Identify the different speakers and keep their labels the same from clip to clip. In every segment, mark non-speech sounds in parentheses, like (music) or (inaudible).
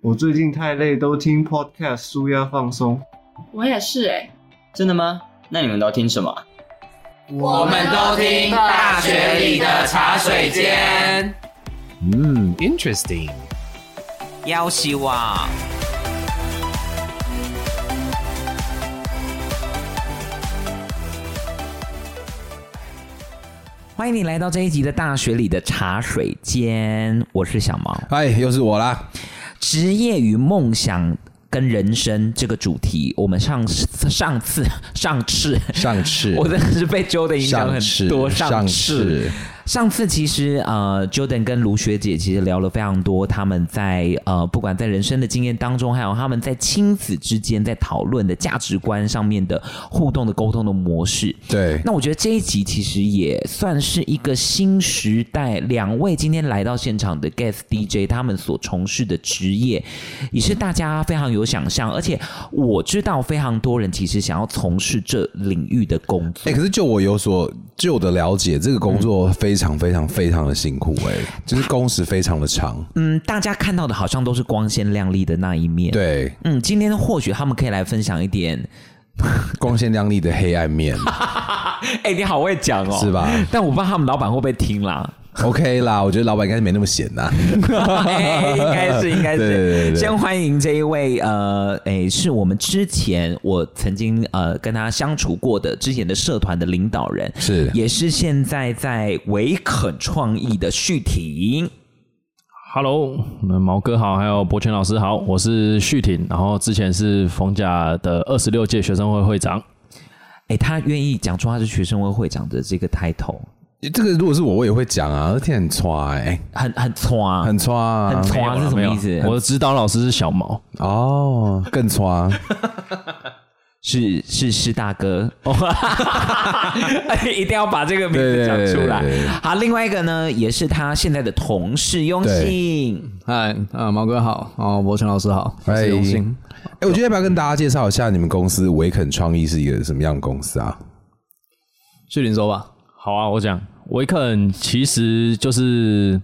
Speaker 1: 我最近太累，都听 podcast 舒压放松。
Speaker 2: 我也是哎、
Speaker 3: 真的吗？那你们都听什么啊？
Speaker 4: 我们都听大学里的茶水间。
Speaker 5: 嗯，interesting。
Speaker 4: 要希望
Speaker 6: 欢迎你来到这一集的大学里的茶水间，我是小毛。
Speaker 5: 哎，又是我啦。
Speaker 6: 职业与梦想跟人生这个主题，我们上次上次上次
Speaker 5: 上次
Speaker 6: (laughs) 我真的是被 Jordan 影响很多。
Speaker 5: 上
Speaker 6: 上
Speaker 5: 次上
Speaker 6: 次
Speaker 5: 次
Speaker 6: 上次其实呃，Jordan 跟卢学姐其实聊了非常多，他们在呃不管在人生的经验当中，还有他们在亲子之间在讨论的价值观上面的互动的沟通的模式。
Speaker 5: 对，
Speaker 6: 那我觉得这一集其实也算是一个新时代，两位今天来到现场的 guest DJ 他们所从事的职业，也是大家非常有想象，而且我知道非常多人其实想要从事这领域的工作。
Speaker 5: 哎、可是就我有所就我的了解，这个工作非常非常非常的辛苦、哎、
Speaker 6: (laughs)
Speaker 5: 就是工时非常的长。
Speaker 6: 嗯，大家看到的好像都是光鲜亮丽的那一面。，
Speaker 5: 对，
Speaker 6: 嗯，今天或许他们可以来分享一点。
Speaker 5: 光鲜亮丽的黑暗面
Speaker 6: (laughs) 哎、你好会讲哦，
Speaker 5: 是吧
Speaker 6: 但我不知道他们老板会不会听啦。
Speaker 5: ，OK 啦，我觉得老板应该没那么闲呐、
Speaker 6: (laughs) 哎应该是，应该是。
Speaker 5: 对对对对
Speaker 6: 先欢迎这一位，呃，哎、是我们之前我曾经呃跟他相处过的之前的社团的领导人，
Speaker 5: 是
Speaker 6: 也是现在在维肯创意的续婷。
Speaker 7: Hello，那毛哥好，还有博全老师好，我是旭挺，然后之前是冯甲的二十六届学生会会长。
Speaker 6: 哎、他愿意讲出他是学生会会长的这个 title，
Speaker 5: 这个如果是我，我也会讲啊，听起来很刷哎、
Speaker 6: 很很冲啊，
Speaker 5: 很刷、啊
Speaker 6: 很，冲
Speaker 7: 没有
Speaker 6: 啊
Speaker 7: 啦
Speaker 6: 是什么
Speaker 7: 没有
Speaker 6: 意思？
Speaker 7: 我的指导老师是小毛，
Speaker 5: 哦，
Speaker 6: (laughs)
Speaker 5: 更刷，
Speaker 6: 是是是大哥，哦 (laughs) 一定要把这个名字讲出来
Speaker 5: 对对对对对。
Speaker 6: 好，另外一个呢，也是他现在的同事雍信。
Speaker 8: 嗨，啊，毛哥好，哦，博成老师好，我
Speaker 5: 哎
Speaker 8: 是永信。
Speaker 5: 哎、我觉得要不要跟大家介绍一下你们公司维肯创意是一个什么样的公司啊？
Speaker 8: 去林州吧，
Speaker 7: 好啊，我讲维肯其实就是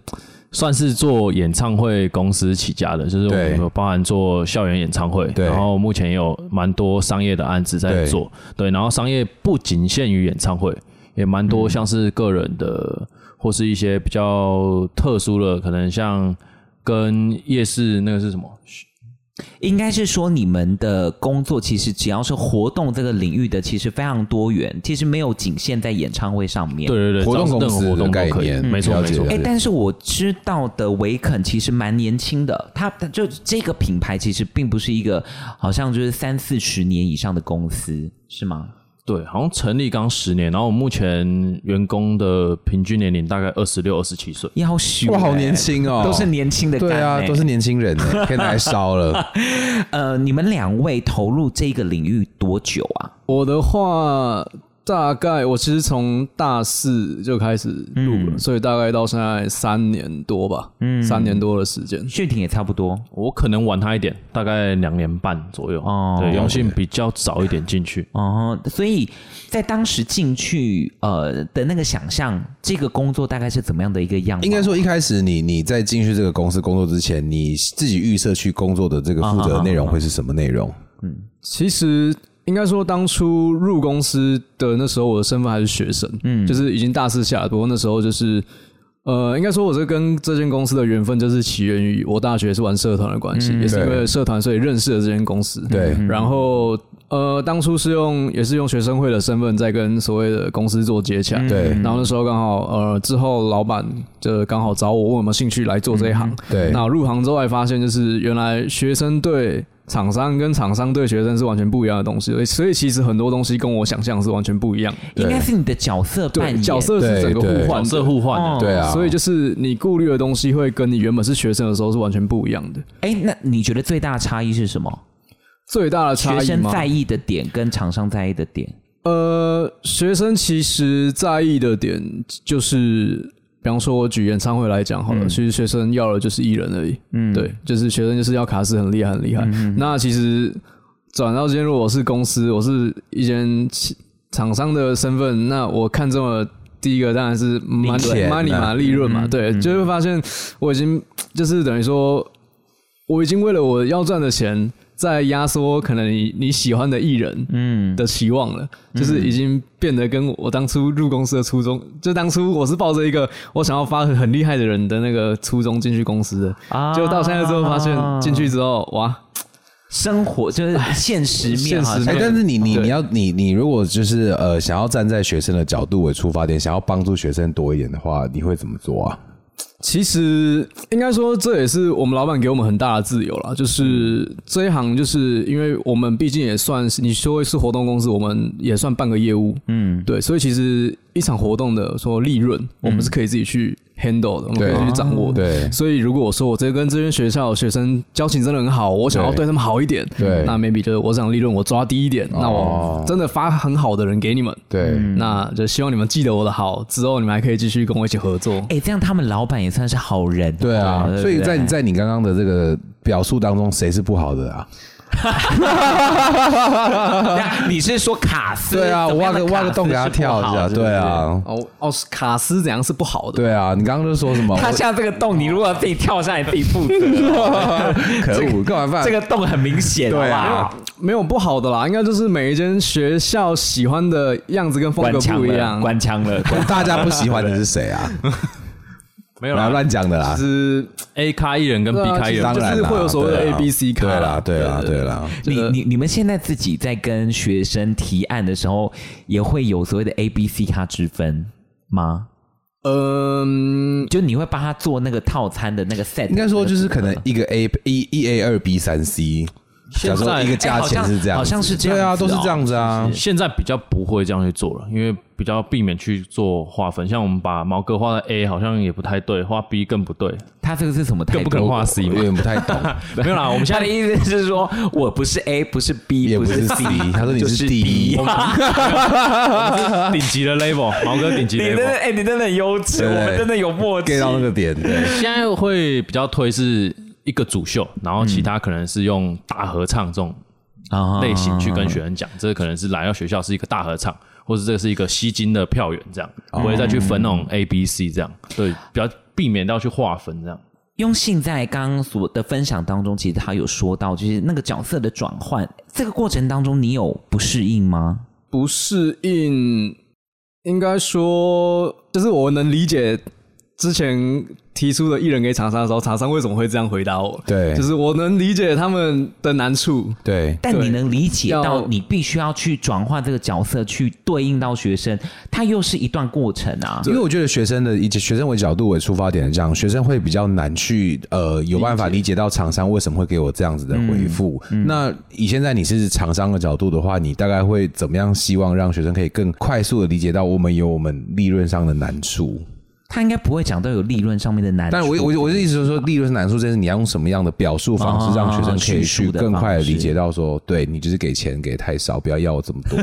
Speaker 7: 算是做演唱会公司起家的，就是我
Speaker 5: 对
Speaker 7: 们有包含做校园演唱会，
Speaker 5: 对
Speaker 7: 然后目前也有蛮多商业的案子在
Speaker 5: 对
Speaker 7: 做，对，然后商业不仅限于演唱会，也蛮
Speaker 5: 嗯
Speaker 7: 多像是个人的、或是一些比较特殊的，可能像跟夜市那个是什么？
Speaker 6: 应该是说你们的工作其实只要是活动这个领域的，其实非常多元，其实没有仅限在演唱会上面。
Speaker 7: 对。对对，
Speaker 5: 活动
Speaker 7: 只要是
Speaker 5: 公
Speaker 7: 任
Speaker 5: 司
Speaker 7: 何活动
Speaker 5: 的概
Speaker 7: 都可以，
Speaker 5: 念
Speaker 7: 没错
Speaker 5: 了
Speaker 7: 没
Speaker 5: 解
Speaker 7: 错
Speaker 5: 了。
Speaker 6: 哎
Speaker 5: 对，
Speaker 6: 但是我知道的维肯其实蛮年轻的，他他就这个品牌其实并不是一个好像就是三四十年以上的公司，是吗？
Speaker 7: 对，好像成立刚十年，然后我目前员工的平均年龄大概二十六、二十七岁。
Speaker 6: 要许
Speaker 5: 哇好年轻哦
Speaker 6: 都是年轻的干、
Speaker 5: 对啊，
Speaker 6: 欸
Speaker 5: 都是年轻人、 (laughs) 欸，可以拿来烧了。
Speaker 6: 呃，你们两位投入这个领域多久啊？
Speaker 8: 我的话，大概我其实从大四就开始录了，所以大概到现在三年多吧，嗯，三年多的时间。
Speaker 6: 旭婷也差不多，
Speaker 7: 我可能晚他一点，大概两年半左右。
Speaker 6: 哦
Speaker 7: 对，永信比较早一点进去。
Speaker 6: 哦、所以在当时进去呃的那个想象，这个工作大概是怎么样的一个样子？
Speaker 5: 应该说一开始你你在进去这个公司工作之前，你自己预设去工作的这个负责的内容会是什么内容？
Speaker 8: 其实应该说，当初入公司的那时候，我的身份还是学生，嗯，就是已经大四下了。不过那时候就是，呃，应该说我这跟这间公司的缘分，就是起源于我大学是玩社团的关系，也是因为社团所以认识了这间公司。
Speaker 5: 对
Speaker 8: 然后呃，当初是用也是用学生会的身份在跟所谓的公司做接洽，
Speaker 5: 对
Speaker 8: 然后那时候刚好呃，之后老板就刚好找我问我有没有兴趣来做这一行。
Speaker 5: 对
Speaker 8: 那入行之后还发现，就是原来学生对厂商跟厂商对学生是完全不一样的东西，所以所以其实很多东西跟我想象是完全不一样的。
Speaker 6: 应该是你的角色扮
Speaker 8: 对，
Speaker 6: 演
Speaker 8: 角色是整个
Speaker 5: 对对
Speaker 8: 互换
Speaker 7: 角
Speaker 8: 的，
Speaker 7: 色互
Speaker 6: 哦
Speaker 7: 换的，
Speaker 5: 对啊，
Speaker 8: 所以就是你顾虑的东西会跟你原本是学生的时候是完全不一样的。
Speaker 6: 哎、那你觉得最大的差异是什么？
Speaker 8: 最大的呃差
Speaker 6: 学
Speaker 8: 异
Speaker 6: 生
Speaker 8: 吗？
Speaker 6: 在意的点跟厂商在意的点，
Speaker 8: 呃，学生其实在意的点就是，比方说我举演唱会来讲好了，其实学生要的就是艺人而已。嗯，对，嗯就是学生就是要卡斯很厉害很
Speaker 6: 嗯
Speaker 8: 厉害。
Speaker 5: 嗯
Speaker 8: 那其实转到今天，如果我是公司，我是一间企厂商的身份，那我看中了。第一个当然是 money
Speaker 5: 钱啊
Speaker 8: money 嘛，利润嘛，对，就会发现我已经就是等于说我已经为了我要赚的钱，在压缩可能你你喜欢的艺人
Speaker 6: 嗯，
Speaker 8: 的期望了，就是
Speaker 5: 嗯
Speaker 8: 已经变得跟我当初入公司的初衷，就当初我是抱着一个我想要发很厉害的人的那个初衷进去公司的，
Speaker 6: 啊
Speaker 8: 结果到现在之后发现进去之后，哇，
Speaker 6: 生活就是现实面好
Speaker 8: (laughs) 现实
Speaker 5: 哎、
Speaker 6: 像
Speaker 8: 面
Speaker 5: 但是你你
Speaker 8: 对
Speaker 5: 你要你你如果就是呃想要站在学生的角度为出发点，想要帮助学生多一点的话，你会怎么做啊？
Speaker 8: 其实应该说，这也是我们老板给我们很大的自由了。就是这一行，就是因为我们毕竟也算是你说是活动公司，我们也算半个业务，嗯，对，所以其实一场活动的说利润，我们是可以自己去 handle 的，我们可
Speaker 5: 对
Speaker 8: 以去掌握。
Speaker 5: 对
Speaker 8: 所以如果我说我这跟这间学校的学生交情真的很好，我想要
Speaker 5: 对
Speaker 8: 对他们好一点，
Speaker 5: 对
Speaker 8: 那 maybe 就是我想利润我抓低一点，那
Speaker 5: 哦
Speaker 8: 我真的发很好的人给你们，
Speaker 5: 对，
Speaker 8: 那就希望你们记得我的好，之后你们还可以继续跟我一起合作。
Speaker 6: 哎、这样他们老板也算是好人，
Speaker 5: 对啊
Speaker 6: 哦，
Speaker 5: 所以
Speaker 6: 不
Speaker 5: 在你在你刚刚的这个表述当中，谁是不好的啊？
Speaker 6: (laughs) 等下你是说卡斯？
Speaker 5: 对啊，
Speaker 6: 怎
Speaker 5: 我
Speaker 6: 么
Speaker 5: 挖
Speaker 6: 样的
Speaker 5: 个挖个
Speaker 6: 卡斯
Speaker 5: 洞给他
Speaker 6: 是不
Speaker 5: 跳
Speaker 6: 好
Speaker 5: 一下，
Speaker 6: 是不是
Speaker 5: 对啊，
Speaker 8: 哦哦，卡斯怎样是不好的？
Speaker 5: 对啊，你刚刚就说什么？
Speaker 6: 他下这个洞，你如果自己跳下来，自己负责
Speaker 5: (laughs)
Speaker 6: 哦。
Speaker 8: (laughs)
Speaker 5: 可恶，干嘛办？
Speaker 6: 这个洞很明显，
Speaker 5: 对啊
Speaker 6: 好不好
Speaker 8: 没有不好的啦，应该就是每一间学校喜欢的样子跟风格
Speaker 6: 关
Speaker 8: 不
Speaker 6: 枪
Speaker 8: 一
Speaker 5: 啊
Speaker 6: 了，
Speaker 8: 样。
Speaker 6: 关枪了，关
Speaker 5: 大家不喜欢的是谁啊？
Speaker 7: 没有
Speaker 5: 来
Speaker 7: 啦
Speaker 5: 乱讲的啦
Speaker 6: (laughs)
Speaker 8: 就，是
Speaker 7: ，A 咖艺人跟 B
Speaker 8: 对啊
Speaker 7: 咖艺人
Speaker 5: 当
Speaker 8: 就
Speaker 5: 然
Speaker 8: 是
Speaker 5: 啦
Speaker 8: 会有所谓的
Speaker 5: 对啦啊
Speaker 8: A B C 卡
Speaker 5: 对啦
Speaker 8: 啦，
Speaker 5: 对啦，
Speaker 8: 对
Speaker 5: 对啦。
Speaker 6: 你
Speaker 8: 这个
Speaker 6: 你你们现在自己在跟学生提案的时候，也会有所谓的 A、B、C 卡之分吗？
Speaker 8: 嗯，
Speaker 6: 就你会帮他做那个套餐的那个 set？
Speaker 5: 应该说就是可能一个 A 一一 A 二 B 三 C，假
Speaker 7: 现
Speaker 5: 如说
Speaker 7: 在
Speaker 5: 一个价钱是这样子，
Speaker 6: 哎好像好像是这样子哦
Speaker 5: 对啊，都是这样子啊。
Speaker 7: 现在比较不会这样去做了，因为比较避免去做划分。像我们把毛哥画在 A，好像也不太对，画 B 更不对，
Speaker 6: 他这个是什么态
Speaker 7: 更
Speaker 6: 度？
Speaker 7: 不可能画 C
Speaker 5: 我有
Speaker 7: 嘛。
Speaker 5: 点不太
Speaker 6: (laughs)
Speaker 5: 懂，
Speaker 7: 没有啦，我们现
Speaker 6: 他
Speaker 7: 在
Speaker 6: 的意思是说， (laughs) 我不是 A，不是 B，
Speaker 5: 也不
Speaker 6: 是
Speaker 5: 是 C，他说你
Speaker 6: 就是是
Speaker 5: D (laughs)
Speaker 6: 一。
Speaker 7: 顶级的 level，毛哥顶级
Speaker 6: 你真
Speaker 7: level
Speaker 6: 的。哎，你真的很优质，
Speaker 5: 对
Speaker 6: 我们真的有默契
Speaker 5: get。到那个点，对，
Speaker 7: 现在会比较推是一个主秀，然后其他可能是用大合唱这种
Speaker 6: 啊
Speaker 7: 类型去跟学生讲，这个可能是来到学校是一个大合唱，或是这个是一个吸金的票源这样，
Speaker 6: 哦
Speaker 7: 不会再去分那种 A、B、C 这样，对，比较避免到去划分这样。
Speaker 6: 用信在刚刚所的分享当中，其实他有说到，就是那个角色的转换，这个过程当中你有不适应吗？
Speaker 8: 不适应，应该说就是我能理解之前提出的艺人给厂商的时候，厂商为什么会这样回答我？
Speaker 5: 对
Speaker 8: 就是我能理解他们的难处。
Speaker 5: 对，
Speaker 6: 但你
Speaker 8: 对
Speaker 6: 能理解到，
Speaker 8: 要
Speaker 6: 你必须要去转化这个角色，去对应到学生，它又是一段过程啊。
Speaker 5: 因为我觉得学生的以学生为角度为出发点的这样，学生会比较难去呃有办法理解到厂商为什么会给我这样子的回复。那以现在你是厂商的角度的话，你大概会怎么样希望让学生可以更快速的理解到我们有我们利润上的难处？
Speaker 6: 他应该不会讲到有利润上面的难处。
Speaker 5: 但我我我的意思就是说，利润是难处，这是你要用什么样的表述方式，
Speaker 6: 啊
Speaker 5: 让学生可
Speaker 6: 叙
Speaker 5: 以去
Speaker 6: 述的
Speaker 5: 更快的理解
Speaker 6: 方式
Speaker 5: 到说，对你就是给钱给太少，不要要我这么多。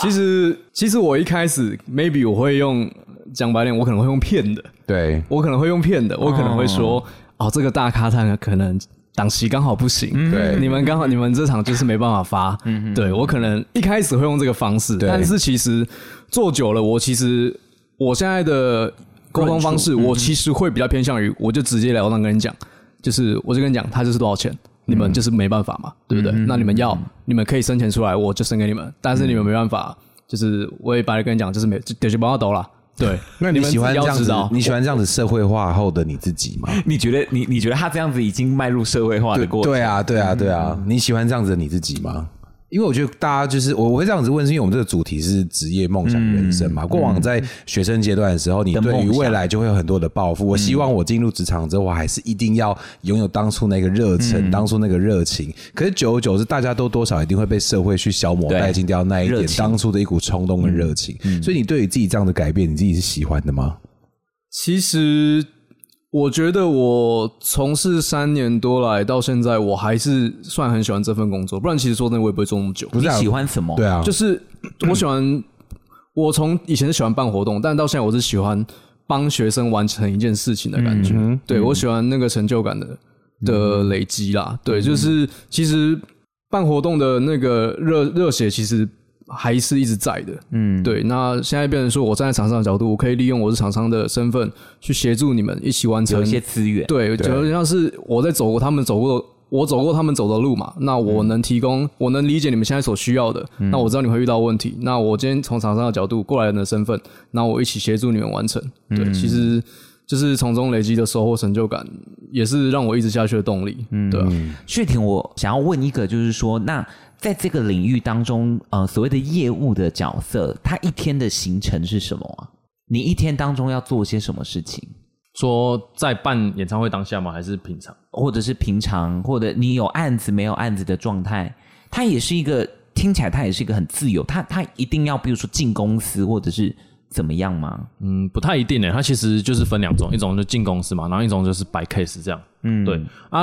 Speaker 8: 其实，其实我一开始 maybe 我会用讲白点，我可能会用骗的。
Speaker 5: (laughs) 对，
Speaker 8: 我可能会用骗的，我可能会说，哦这个大咖他可能档期刚好不行，
Speaker 5: 对
Speaker 8: 你们刚好你们这场就是没办法发，对我可能一开始会用这个方式，
Speaker 5: 嗯对
Speaker 8: 但是其实做久了，我其实我现在的沟通方式，我其实会比较偏向于，我就直截了当跟你讲，就是我就跟你讲，他就是哦多少钱。你
Speaker 5: 嗯
Speaker 8: 们就是没办法嘛，对不对？那你们要，你们可以生钱出来，我就生给你们。但是你们没办法，就是我也白来跟你讲，就是没，就就是不要抖了。对，
Speaker 5: 那你
Speaker 8: 们
Speaker 5: 喜欢
Speaker 8: 自
Speaker 5: 这
Speaker 8: 己
Speaker 5: 样
Speaker 8: 要知
Speaker 5: 子哦
Speaker 8: 道，
Speaker 5: 你喜欢这样子社会化后的你自己吗？
Speaker 6: 你觉得你你觉得他这样子已经迈入社会化的过程？
Speaker 5: 对啊，对
Speaker 6: 嗯
Speaker 5: 啊，对啊，你喜欢这样子的你自己吗？因为我觉得大家就是我我会这样子问，是因为我们这个主题是职业梦想人生嘛。过往在学生阶段的时候，你
Speaker 6: 的
Speaker 5: 对于
Speaker 6: 嗯梦想嗯
Speaker 5: 未来就会有很多的抱负。我希望我进入职场之后，我还是一定要拥有当初那个热
Speaker 6: 嗯
Speaker 5: 忱，当初那个热情。可是久而久之，大家都多少一定会被社会去消磨
Speaker 6: 对
Speaker 5: 殆尽掉那一点
Speaker 6: 热情嗯
Speaker 5: 当初的一股冲动跟热情。所以你对于自己这样的改变，你自己是喜欢的吗？
Speaker 8: 其实我觉得我从事三年多来到现在，我还是算很喜欢这份工作，不然其实说真的我也不会做那么久。
Speaker 5: 不是
Speaker 6: 你
Speaker 5: 啊
Speaker 6: 喜欢什么？
Speaker 5: 对啊，
Speaker 8: 就是我喜欢，我从以前是喜欢办活动，但到现在我是喜欢帮学生完成一件事情的感
Speaker 5: 嗯
Speaker 8: 觉。对我喜欢那个成就感的的累
Speaker 5: 嗯
Speaker 8: 积啦。对，就是其实办活动的那个热热血，其实还是一直在的。
Speaker 2: 嗯，
Speaker 8: 对，那现在变成说我站在厂商的角度，我可以利用我是厂商的身份去协助你们一起完成
Speaker 6: 有一些资源，
Speaker 8: 对，就有点像是我在走过他们走过的，我走过他们走的路嘛。那我能提供，我能理解你们现在所需要的。那我知道你们会遇到问题，那我今天从厂商的角度过来人的身份，那我一起协助你们完成。对，其实就是从中累积的收获成就感，也是让我一直下去的动力。嗯，对啊。
Speaker 6: 旭婷，我想要问一个，就是说，那在这个领域当中，呃，所谓的业务的角色，他一天的行程是什么啊？你一天当中要做些什么事情，
Speaker 7: 说在办演唱会当下吗？还是平常？
Speaker 6: 或者是平常，或者你有案子没有案子的状态，它也是一个听起来它也是一个很自由，它它一定要比如说进公司或者是怎么样吗？
Speaker 7: 嗯，不太一定诶，它其实就是分两种，一种就进公司嘛，然后一种就是白 case 这样。嗯，对啊，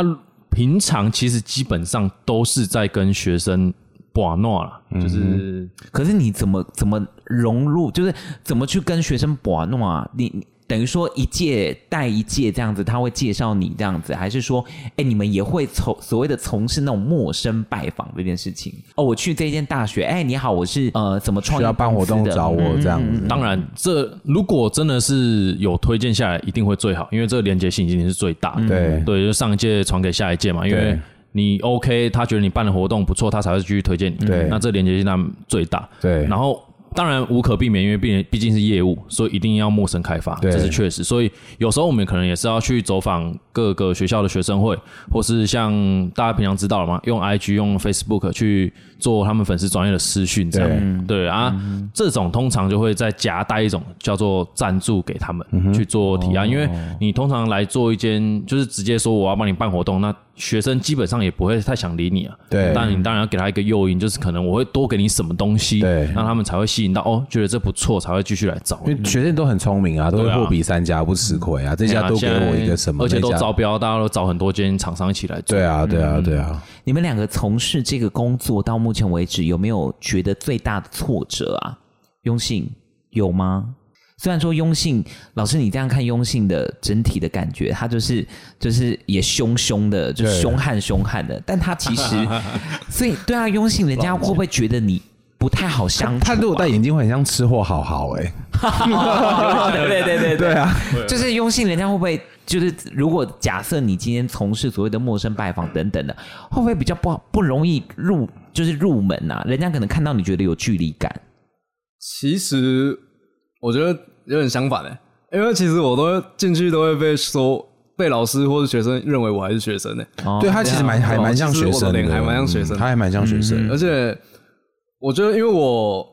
Speaker 7: 平常其实基本上都是在跟学生把闹啦，
Speaker 6: 嗯
Speaker 7: 就是
Speaker 6: 可是你怎么怎么融入，就是怎么去跟学生把弄啊？你你等于说一届带一届这样子，他会介绍你这样子，还是说，哎，你们也会从所谓的从事那种陌生拜访这件事情？哦，我去这间大学，哎，你好，我是呃怎么创
Speaker 5: 需
Speaker 6: 业
Speaker 5: 要办活动
Speaker 6: 公司的
Speaker 5: 找我这样子。
Speaker 7: 当
Speaker 6: 嗯
Speaker 7: 然，这如果真的是有推荐下来，一定会最好，因为这个连接性一定是最大
Speaker 6: 嗯
Speaker 7: 的。
Speaker 5: 对
Speaker 7: 对，就上一届传给下一届嘛，因为
Speaker 5: 对
Speaker 7: 你 OK，他觉得你办的活动不错，他才会继续推荐你。
Speaker 5: 对
Speaker 7: 那这连接性当然最大。
Speaker 5: 对
Speaker 7: 然后当然无可避免，因为毕毕竟是业务，所以一定要陌生开发，
Speaker 5: 对
Speaker 7: 这是确实。所以有时候我们可能也是要去走访各个学校的学生会，或是像大家平常知道了嘛，用 IG、用 Facebook 去做他们粉丝专业的私讯这样。对啊，
Speaker 5: 嗯
Speaker 7: 这种通常就会再夹带一种叫做赞助给他们
Speaker 5: 嗯
Speaker 7: 去做提
Speaker 5: 哦
Speaker 7: 案，因为你通常来做一间，就是直接说我要帮你办活动，那学生基本上也不会太想理你啊。
Speaker 5: 对
Speaker 7: 但你当然要给他一个诱因，就是可能我会多给你什么东西，
Speaker 5: 对
Speaker 7: 让他们才会吸引到哦，觉得这不错，才会继续来找。
Speaker 5: 因为学生都很聪明啊，都会
Speaker 7: 对啊
Speaker 5: 货比三家，不吃亏啊。这
Speaker 7: 对
Speaker 5: 家
Speaker 7: 啊
Speaker 5: 多给我一个什么，
Speaker 7: 而且
Speaker 5: 那
Speaker 7: 都
Speaker 5: 家
Speaker 7: 招标，大家都找很多间厂商一起来做。
Speaker 5: 对啊，对啊，对啊。
Speaker 6: 你们两个从事这个工作到目前为止，有没有觉得最大的挫折啊？雍信有吗？虽然说雍信老师，你这样看雍信的整体的感觉，他就是就是也凶凶的，就是
Speaker 5: 对
Speaker 6: 凶悍凶悍的，但他其实，所以对啊，雍信，人家会不会觉得你不太好相处、
Speaker 5: 他
Speaker 6: 啊？
Speaker 5: 如果戴眼镜会很像吃货好好哎，
Speaker 6: 对对对对
Speaker 5: 对啊，
Speaker 6: 就是庸信，人家会不会就是如果假设你今天从事所谓的陌生拜访等等的，会不会比较不好不容易入就是入门啊？人家可能看到你觉得有距离感，
Speaker 8: 其实我觉得有点相反诶、欸因为其实我都进去都会被说。被老师或者学生认为我还是学生欸呢、
Speaker 5: 对他其实蛮还蛮像学生
Speaker 8: 其实我的脸
Speaker 5: 的，
Speaker 8: 还蛮像学
Speaker 5: 嗯
Speaker 8: 生
Speaker 5: 他还蛮像学生
Speaker 8: 而
Speaker 5: 的。
Speaker 8: 且我觉得，因为我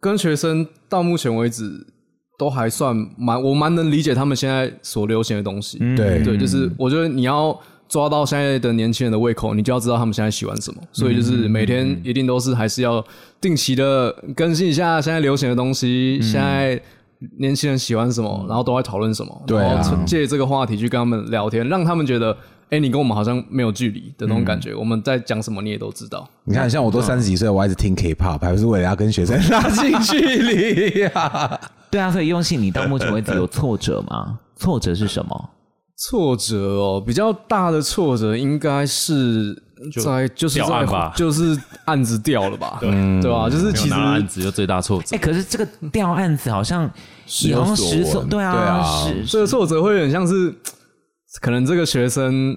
Speaker 8: 跟学生到目前为止都还算蛮，我蛮能理解他们现在所流行的东西。
Speaker 5: 对
Speaker 8: 对，就是我觉得你要抓到现在的年轻人的胃口，你就要知道他们现在喜欢什么。所以就是每天一定都是还是要定期的更新一下现在流行的东西，现在。年轻人喜欢什么，然后都在讨论什么，
Speaker 5: 对啊
Speaker 8: 然后借这个话题去跟他们聊天，让他们觉得，哎、你跟我们好像没有距离的那种感觉。我们在讲什么，你也都知道。
Speaker 5: 你看，像我都三十几岁，我还一直听 K-pop，还不是为了要跟学生拉近距离呀？
Speaker 6: 对啊，所以庸信，你到目前为止有挫折吗？ (laughs) 挫折是什么？
Speaker 8: 挫折哦，比较大的挫折应该是在就是
Speaker 7: 掉案
Speaker 8: 在
Speaker 7: 吧
Speaker 8: 就是案子掉了吧，对对吧？就是
Speaker 7: 没
Speaker 8: 其
Speaker 7: 有
Speaker 8: 实
Speaker 7: 拿案子就最大挫折
Speaker 6: 哎、。可是这个掉案子好像也好像
Speaker 5: 有所闻
Speaker 6: 所对
Speaker 5: 对
Speaker 6: 啊，
Speaker 5: 啊
Speaker 6: 十
Speaker 8: 这个挫折会有点像是，可能这个学生。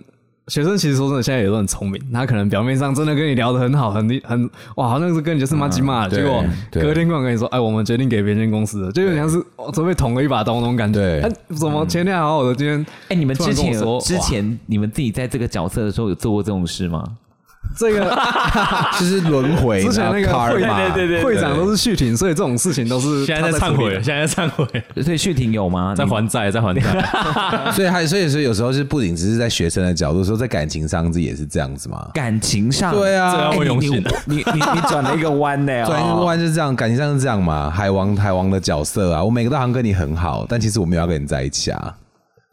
Speaker 8: 学生其实说真的，现在也都很聪明。他可能表面上真的跟你聊得很好，很厉很哇，好像是跟你就是骂鸡骂的。
Speaker 5: 对
Speaker 8: 结果
Speaker 5: 对
Speaker 8: 隔天过来跟你说：“哎，我们决定给别人公司了。”就有点像是哦准备捅了一把刀那种感觉。
Speaker 5: 对
Speaker 8: 哎，怎么前天还好好的，今 (laughs) 天
Speaker 6: 哎、你们
Speaker 8: 突
Speaker 6: 之
Speaker 8: 然跟我
Speaker 6: 前有
Speaker 8: 说
Speaker 6: 之
Speaker 8: 哇
Speaker 6: 前你们自己在这个角色的时候有做过这种事吗？
Speaker 8: 这个
Speaker 5: 就是轮回，
Speaker 8: 之前那个会
Speaker 5: 嘛，
Speaker 8: 会长都是续挺，所以这种事情都是
Speaker 7: 现在在
Speaker 8: 他
Speaker 7: 忏
Speaker 8: 处理啊
Speaker 7: 悔，
Speaker 8: 的。
Speaker 7: 现在在忏悔，
Speaker 6: 所以旭婷有吗？
Speaker 7: 在
Speaker 6: 你
Speaker 7: 还债，在还债。
Speaker 5: 所以还所以说有时候是不仅只是在学生的角度，说在感情上自己也是这样子嘛。
Speaker 6: 感情上
Speaker 5: 对啊，
Speaker 7: 这要问
Speaker 6: 你
Speaker 7: 永
Speaker 6: 你
Speaker 7: 信
Speaker 6: 你
Speaker 7: 的
Speaker 6: 你你转了一个弯呢、哦，
Speaker 5: 转一个弯就是这样，感情上是这样嘛。海王海王的角色啊，我每个都好像跟你很好，但其实我没有要跟你在一起啊。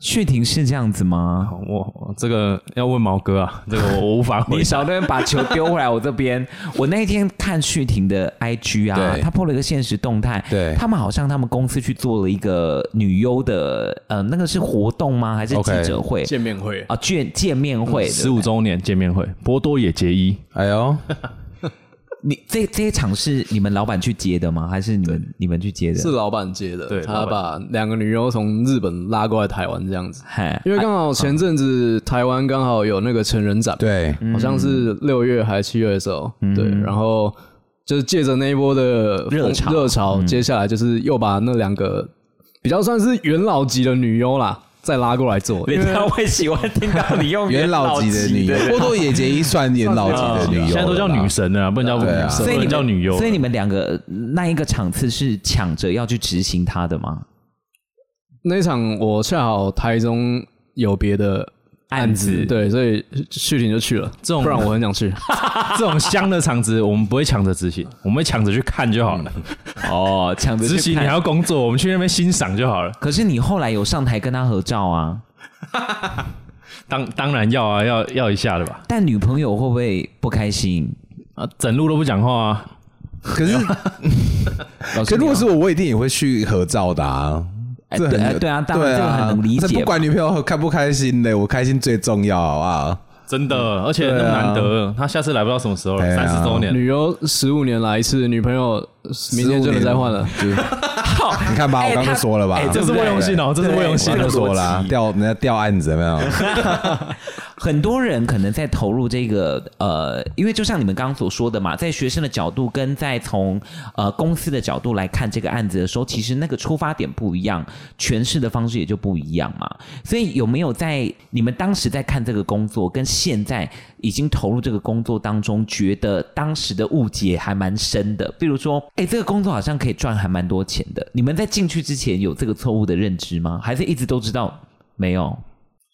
Speaker 6: 旭婷是这样子吗？
Speaker 7: 我这个要问毛哥啊，这个我我无法回
Speaker 6: 你
Speaker 7: 答。
Speaker 6: 少在那边把球丢回来我这边。我那一天看旭婷的 IG 啊，
Speaker 5: 对
Speaker 6: 她 po 了一个现实动态，
Speaker 5: 对
Speaker 6: 他们好像他们公司去做了一个女优的，呃，那个是活动吗？还是
Speaker 5: OK，
Speaker 6: 记者会
Speaker 8: 见面会，
Speaker 6: 啊？
Speaker 7: 嗯
Speaker 6: 见见面会，
Speaker 7: 十五周年见面会，波多野结衣，
Speaker 5: 哎呦，
Speaker 6: 你这这些场是你们老板去接的吗？还是你们你们去接的？
Speaker 8: 是老板接的，
Speaker 7: 对
Speaker 8: 他
Speaker 7: 老
Speaker 8: 把两个女优从日本拉过来台湾这样子，
Speaker 6: 嗨，
Speaker 8: (laughs) 因为刚好前阵子台湾刚好有那个成人展，，
Speaker 6: (laughs)
Speaker 5: 对，
Speaker 8: 好像是六月还是七月的时候，对，然后就是借着那一波的
Speaker 6: 热
Speaker 8: 风
Speaker 6: 潮
Speaker 8: 热潮，接下来就是又把那两个比较算是元老级的女优啦，再拉过来做，因
Speaker 6: 人
Speaker 8: 为
Speaker 6: 家会喜欢听到你
Speaker 5: (laughs)
Speaker 6: 用
Speaker 5: 元老级的啊女优，波多野结衣算元老级的女优了啦，
Speaker 7: 现在都叫女神了，不能叫
Speaker 5: 对啊
Speaker 7: 女神，
Speaker 6: 所以
Speaker 7: 不
Speaker 6: 你
Speaker 7: 能
Speaker 6: 们
Speaker 7: 叫女优了。
Speaker 6: 所以你们两个那一个场次是抢着要去执行他的吗？
Speaker 8: 那一场我恰好台中有别的。案
Speaker 6: 案
Speaker 8: 子
Speaker 6: 子
Speaker 8: 对，所以旭婷就去了，
Speaker 7: 这种
Speaker 8: 不然我很想去。
Speaker 7: (laughs) 这种香的场子，我们不会抢着执行，我们会抢着去看就好了。
Speaker 6: 哦，抢着
Speaker 7: 执
Speaker 6: 去
Speaker 7: 行你还
Speaker 6: 看。
Speaker 7: 要工作，我们去那边欣赏就好了。
Speaker 6: 可是你后来有上台跟他合照啊？
Speaker 7: 当当然要啊，要要一下的吧。
Speaker 6: 但女朋友会不会不开心？
Speaker 7: 啊，整路都不讲话啊。
Speaker 6: (laughs)
Speaker 5: 可是，
Speaker 6: 老
Speaker 5: 可
Speaker 6: 师，
Speaker 5: 如果
Speaker 6: 你
Speaker 5: 是
Speaker 6: 要
Speaker 5: 我，我一定也会去合照的啊。
Speaker 6: 哎
Speaker 5: 这很
Speaker 6: 对哎对啊当然这个很能理解
Speaker 5: 这不
Speaker 6: 吧
Speaker 5: 管女朋友开不开心的，我开心最重要，啊好
Speaker 6: (laughs)
Speaker 5: 不好？
Speaker 7: 真的，而且那么难得，他下次来不到什么时候了，
Speaker 5: 对啊
Speaker 7: 三十周年。
Speaker 8: 女优十五年来一次，女朋友明天就能再换了。
Speaker 5: 就。你看吧，我刚刚就说了吧，
Speaker 6: 哎
Speaker 7: 这是魏用信哦，这是魏用信
Speaker 5: 我刚
Speaker 7: 的
Speaker 5: 就说了啊
Speaker 7: 啦。
Speaker 5: 掉人家掉案子有没有？ (laughs)
Speaker 6: (laughs) 很多人可能在投入这个呃，因为就像你们刚刚所说的嘛，在学生的角度跟在从呃公司的角度来看这个案子的时候，其实那个出发点不一样，诠释的方式也就不一样嘛。所以有没有在你们当时在看这个工作，跟现在已经投入这个工作当中，觉得当时的误解还蛮深的？比如说，哎，这个工作好像可以赚还蛮多钱的。你们在进去之前有这个错误的认知吗？还是一直都知道没有？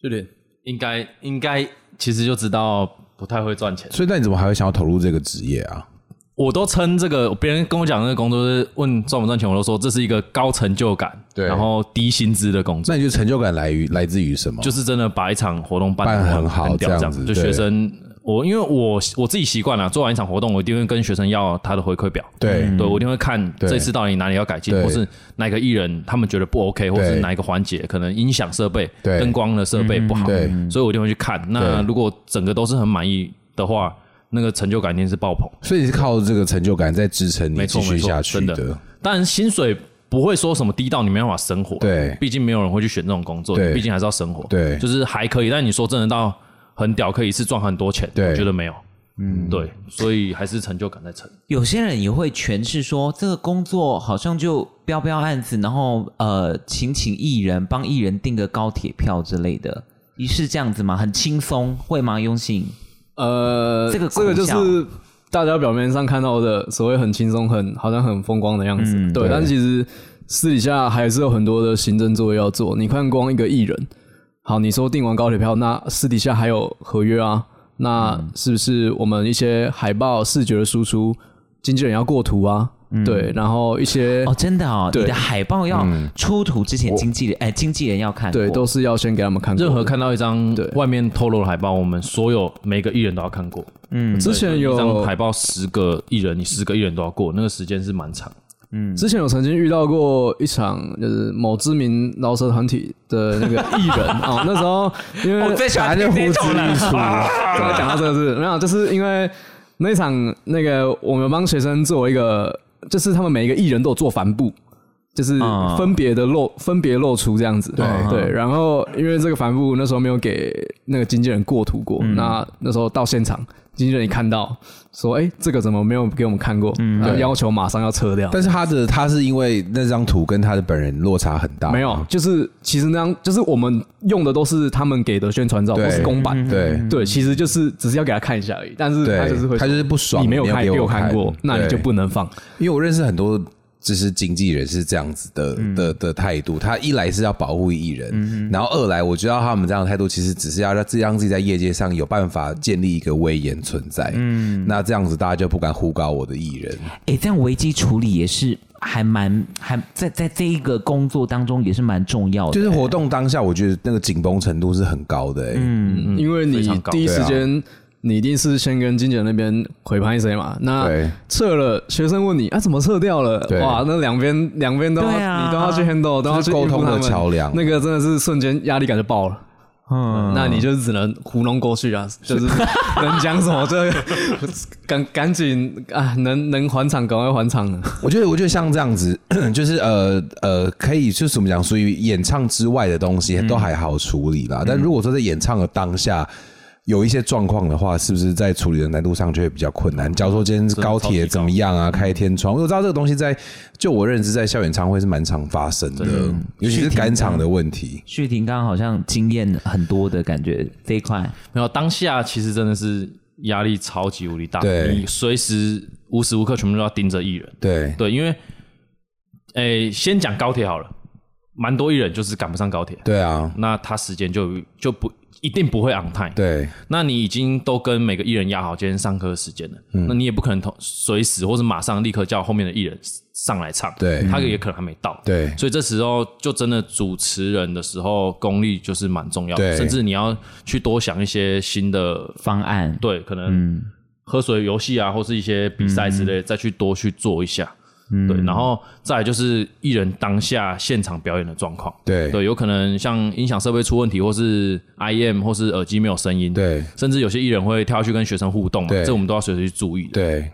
Speaker 8: 旭婷，
Speaker 7: 应该应该，其实就知道不太会赚钱。
Speaker 5: 所以那你怎么还会想要投入这个职业啊？
Speaker 7: 我都称这个，别人跟我讲那个工作是问赚不赚钱，我都说这是一个高成就感，
Speaker 5: 对
Speaker 7: 然后低薪资的工作。
Speaker 5: 那你就成就感来于来自于什么？
Speaker 7: 就是真的把一场活动办
Speaker 5: 办
Speaker 7: 得
Speaker 5: 很好
Speaker 7: 很屌
Speaker 5: 这样
Speaker 7: 这样
Speaker 5: 子
Speaker 7: 就
Speaker 5: 对
Speaker 7: 学生，我因为我我自己习惯了，啊做完一场活动，我一定会跟学生要他的回馈表。
Speaker 5: 对嗯
Speaker 8: 嗯
Speaker 7: 对，我一定会看
Speaker 5: 对
Speaker 7: 这次到底哪里要改进，
Speaker 5: 对
Speaker 7: 或是哪个艺人他们觉得不 OK，或是哪一个环节可能音响设备、
Speaker 5: 对嗯
Speaker 7: 灯光的设备不好
Speaker 5: 对，
Speaker 7: 所以我一定会去看。那
Speaker 5: 对
Speaker 7: 如果整个都是很满意的话，那个成就感一定是爆棚。
Speaker 5: 所以你是靠这个成就感在支撑你
Speaker 7: 没
Speaker 5: 继
Speaker 7: 错
Speaker 5: 续下去
Speaker 7: 没错真的但薪水不会说什么低到你没办法生活，
Speaker 5: 对
Speaker 7: 毕竟没有人会去选这种工作，
Speaker 5: 对
Speaker 7: 毕竟还是要生活，
Speaker 5: 对
Speaker 7: 就是还可以。但你说真的到很屌，可以一次赚很多钱，
Speaker 5: 对
Speaker 7: 我觉得没有，嗯，对，所以还是成就感在成。
Speaker 6: 有些人也会诠释说，这个工作好像就标标案子，然后呃，请请艺人帮艺人订个高铁票之类的，一是这样子吗？很轻松，会吗？用信
Speaker 8: 呃，
Speaker 6: 这个
Speaker 8: 这个就
Speaker 6: 苦笑
Speaker 8: 是大家表面上看到的所谓很轻松、很好像很风光的样子，对，
Speaker 5: 对
Speaker 8: 但其实私底下还是有很多的行政作业要做。你看，光一个艺人，好，你说订完高铁票，那私底下还有合约啊，那是不是我们一些海报、视觉的输出，经纪人要过图啊？对，然后一些
Speaker 6: 哦，真的哦，
Speaker 8: 呃对嗯
Speaker 6: 你的海报要出图之前，经纪人哎，经纪人要看过，
Speaker 8: 对，都是要先给他们看过的。
Speaker 7: 任何看到一张
Speaker 8: 对
Speaker 7: 外面透露的海报，我们所有每个艺人都要看过。
Speaker 8: 之前
Speaker 7: 一张
Speaker 8: 有
Speaker 7: 海报十个艺人，你十个艺人都要过，那个时间是蛮长。
Speaker 8: 之前有曾经遇到过一场，就是某知名饶舌团体的那个艺 (laughs) 人哦，那时候因为
Speaker 6: 最喜欢听这种了。
Speaker 8: 怎么 (laughs) 讲到这个是没有，就是因为那一场那个我们帮学生做一个，就是他们每一个艺人都有做帆布，就是
Speaker 6: 啊
Speaker 8: 分别的露分别露出这样子，
Speaker 5: 对
Speaker 8: 嗯对。嗯然后因为这个帆布那时候没有给那个经纪人过图过，那那时候到现场。经纪人一看到说：“哎、这个怎么没有给我们看过？”然后要求马上要撤掉。
Speaker 5: 但是他的他是因为那张图跟他的本人落差很大，
Speaker 8: 没有，就是其实那样，就是我们用的都是他们给的宣传照
Speaker 5: 对
Speaker 8: 或是公版，
Speaker 5: 对
Speaker 8: 对，其实就是只是要给他看一下而已。但是
Speaker 5: 对
Speaker 8: 嗯他就是会说，
Speaker 5: 他就是不爽
Speaker 8: 你没有
Speaker 5: 你没有
Speaker 8: 看
Speaker 5: 给我
Speaker 8: 我看
Speaker 5: 看
Speaker 8: 过，那你
Speaker 5: 对
Speaker 8: 就不能放。
Speaker 5: 因为我认识很多就是经纪人是这样子的、
Speaker 8: 嗯
Speaker 5: 的的态度，他一来是要保护艺人，然后二来我知道他们这样的态度其实只是要让自己让自己在业界上有办法建立一个威严存在，嗯，那这样子大家就不敢呼高我的艺人，
Speaker 6: 哎，这样危机处理也是还蛮还在在这一个工作当中也是蛮重要的，
Speaker 5: 就是活动当下，我觉得那个紧绷程度是很高的、欸，嗯，
Speaker 7: 嗯
Speaker 8: 因为
Speaker 7: 非
Speaker 8: 你
Speaker 7: 常高
Speaker 8: 第一时
Speaker 5: 对啊
Speaker 8: 间，你一定是先跟经纪人那边回拍谁嘛？那
Speaker 5: 对
Speaker 8: 撤了，学生问你啊，怎么撤掉了
Speaker 5: 对？
Speaker 8: 哇，那两边两边都要，
Speaker 6: 对啊
Speaker 8: 你都要去 handle，都要
Speaker 5: 就是
Speaker 8: 去
Speaker 5: 沟
Speaker 8: 应付
Speaker 5: 通
Speaker 8: 他
Speaker 5: 的
Speaker 8: 们
Speaker 5: 桥梁
Speaker 8: 那个真的是瞬间压力感就爆了。
Speaker 5: 嗯
Speaker 8: 那你就只能糊弄过去啊，就是 (laughs) 能讲什么就 (laughs) 赶赶紧啊，能能还场赶快还场啊。
Speaker 5: 我觉得，我觉得像这样子， (clears throat) 就是呃呃，可以就是怎么讲，属于演唱之外的东西都还好处理啦。但如果说在演唱的当下有一些状况的话，是不是在处理的难度上就会比较困难？假如说今天是高铁怎么样啊，开天窗，因为我知道这个东西在就我认知，在校演唱会是蛮常发生的，尤其是赶场的问题。
Speaker 6: 旭婷刚刚好像经验很多的感觉，这一块
Speaker 7: 没有当下其实真的是压力超级无敌大，
Speaker 5: 对
Speaker 7: 你随时无时无刻全部都要盯着艺人，
Speaker 5: 对，
Speaker 7: 对，因为诶，先讲高铁好了，蛮多艺人就是赶不上高铁，
Speaker 5: 对啊，
Speaker 7: 那他时间就就不一定不会 on time，
Speaker 5: 对，
Speaker 7: 那你已经都跟每个艺人压好今天上课的时间了，
Speaker 5: 嗯
Speaker 7: 那你也不可能同随时或是马上立刻叫后面的艺人上来唱，
Speaker 5: 对嗯
Speaker 7: 他也可能还没到，
Speaker 5: 对
Speaker 7: 所以这时候就真的主持人的时候功力就是蛮重要的，
Speaker 5: 对
Speaker 7: 甚至你要去多想一些新的，
Speaker 6: 方案，
Speaker 7: 对，可
Speaker 5: 嗯
Speaker 7: 能喝水游戏啊，或是一些比赛之类，再去多去做一下。
Speaker 5: 嗯
Speaker 7: 对，然后再来就是艺人当下现场表演的状况，
Speaker 5: 对
Speaker 7: 对，有可能像音响设备出问题，或是 IM，或是耳机没有声音，
Speaker 5: 对
Speaker 7: 甚至有些艺人会跳下去跟学生互动嘛，
Speaker 5: 对
Speaker 7: 这我们都要随时去注意的。
Speaker 5: 对，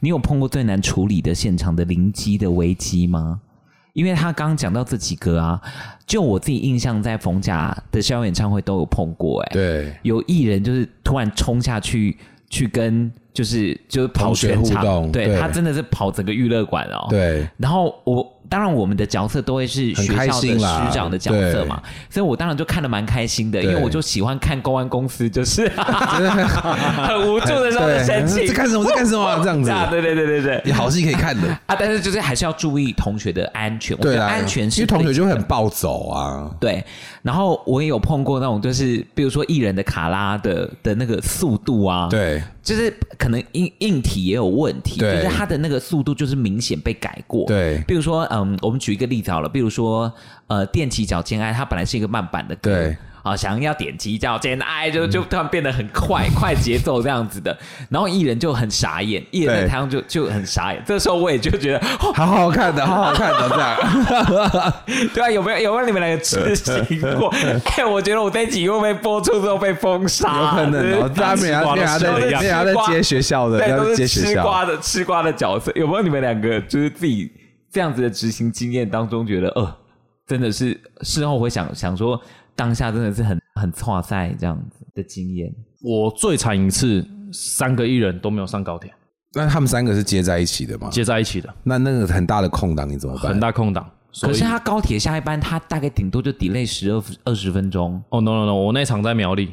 Speaker 6: 你有碰过最难处理的现场的灵机的危机吗？因为他刚刚讲到这几个啊，就我自己印象，在逢甲的校园演唱会都有碰过、哎，
Speaker 5: 对，
Speaker 6: 有艺人就是突然冲下去去跟就是就是跑
Speaker 5: 同学
Speaker 6: 全
Speaker 5: 互动
Speaker 6: 场，对
Speaker 5: 对
Speaker 6: 他真的是跑整个娱乐馆哦，
Speaker 5: (laughs) 对，
Speaker 6: 然后我当然我们的角色都会是
Speaker 5: 很
Speaker 6: 学
Speaker 5: 开
Speaker 6: 校的
Speaker 5: 心啦
Speaker 6: 师长的角色嘛，所以我当然就看得蛮开心的，因
Speaker 5: 对
Speaker 6: 为我就喜欢看公安公司，就是 (laughs) 很无助的时候的神情
Speaker 5: 在，干什么？在干什么啊？这样子，
Speaker 6: 啊， (laughs) 对对对对对。
Speaker 5: 你好戏可以看的。
Speaker 6: 啊，但是就是还是要注意同学的安全，我觉
Speaker 5: 对
Speaker 6: 得
Speaker 5: 啦，
Speaker 6: 安全
Speaker 5: 因
Speaker 6: 是
Speaker 5: 为同
Speaker 6: 最
Speaker 5: 学就会很暴走啊。
Speaker 6: 对，然后我也有碰过那种，就是比如说艺人的卡拉的的那个速度啊，，
Speaker 5: 对
Speaker 6: 就是可能硬硬体也有问题，就
Speaker 5: 对
Speaker 6: 是它的那个速度就是明显被改过。
Speaker 5: 对
Speaker 6: 比如说，嗯，我们举一个例子好了，比如说，呃，踮起脚尖爱，它本来是一个慢版的歌，
Speaker 5: 对，嗯
Speaker 6: 啊，想要踮起脚尖爱，就就突然变得很快、快节奏这样子的，然后艺人就很傻眼，艺人在
Speaker 5: 对
Speaker 6: 台上就就很傻眼，这时候我也就觉
Speaker 5: (laughs)
Speaker 6: 得，哦，
Speaker 5: 好好看的，好好看的，这样
Speaker 6: (laughs) 对啊，有没有有没有你们两个执行
Speaker 5: (laughs)
Speaker 6: 过？哎、我觉得我这一集会不会播出之后被封杀、
Speaker 5: 有可能哦。大家没有，没有在，没有在接学校的，
Speaker 6: 对，
Speaker 5: 要
Speaker 6: 都
Speaker 5: 在
Speaker 6: 是
Speaker 5: 接学
Speaker 6: 吃瓜
Speaker 5: 校。
Speaker 6: 的吃瓜的角色，有没有你们两个就是自己这样子的执行经验当中，觉得呃，真的是事后会想想说，当下真的是很很错赛这样子的经验。
Speaker 7: 我最惨一次，三个艺人都没有上高铁，
Speaker 5: 那他们三个是接在一起的嘛？
Speaker 7: 接在一起的，
Speaker 5: 那那个很大的空档你怎么办？
Speaker 7: 很大空档。所
Speaker 6: 可
Speaker 7: 以
Speaker 6: 是他高铁下一班，他大概顶多就 delay 十二二十分钟。
Speaker 7: 哦 no no no，我那场在苗栗，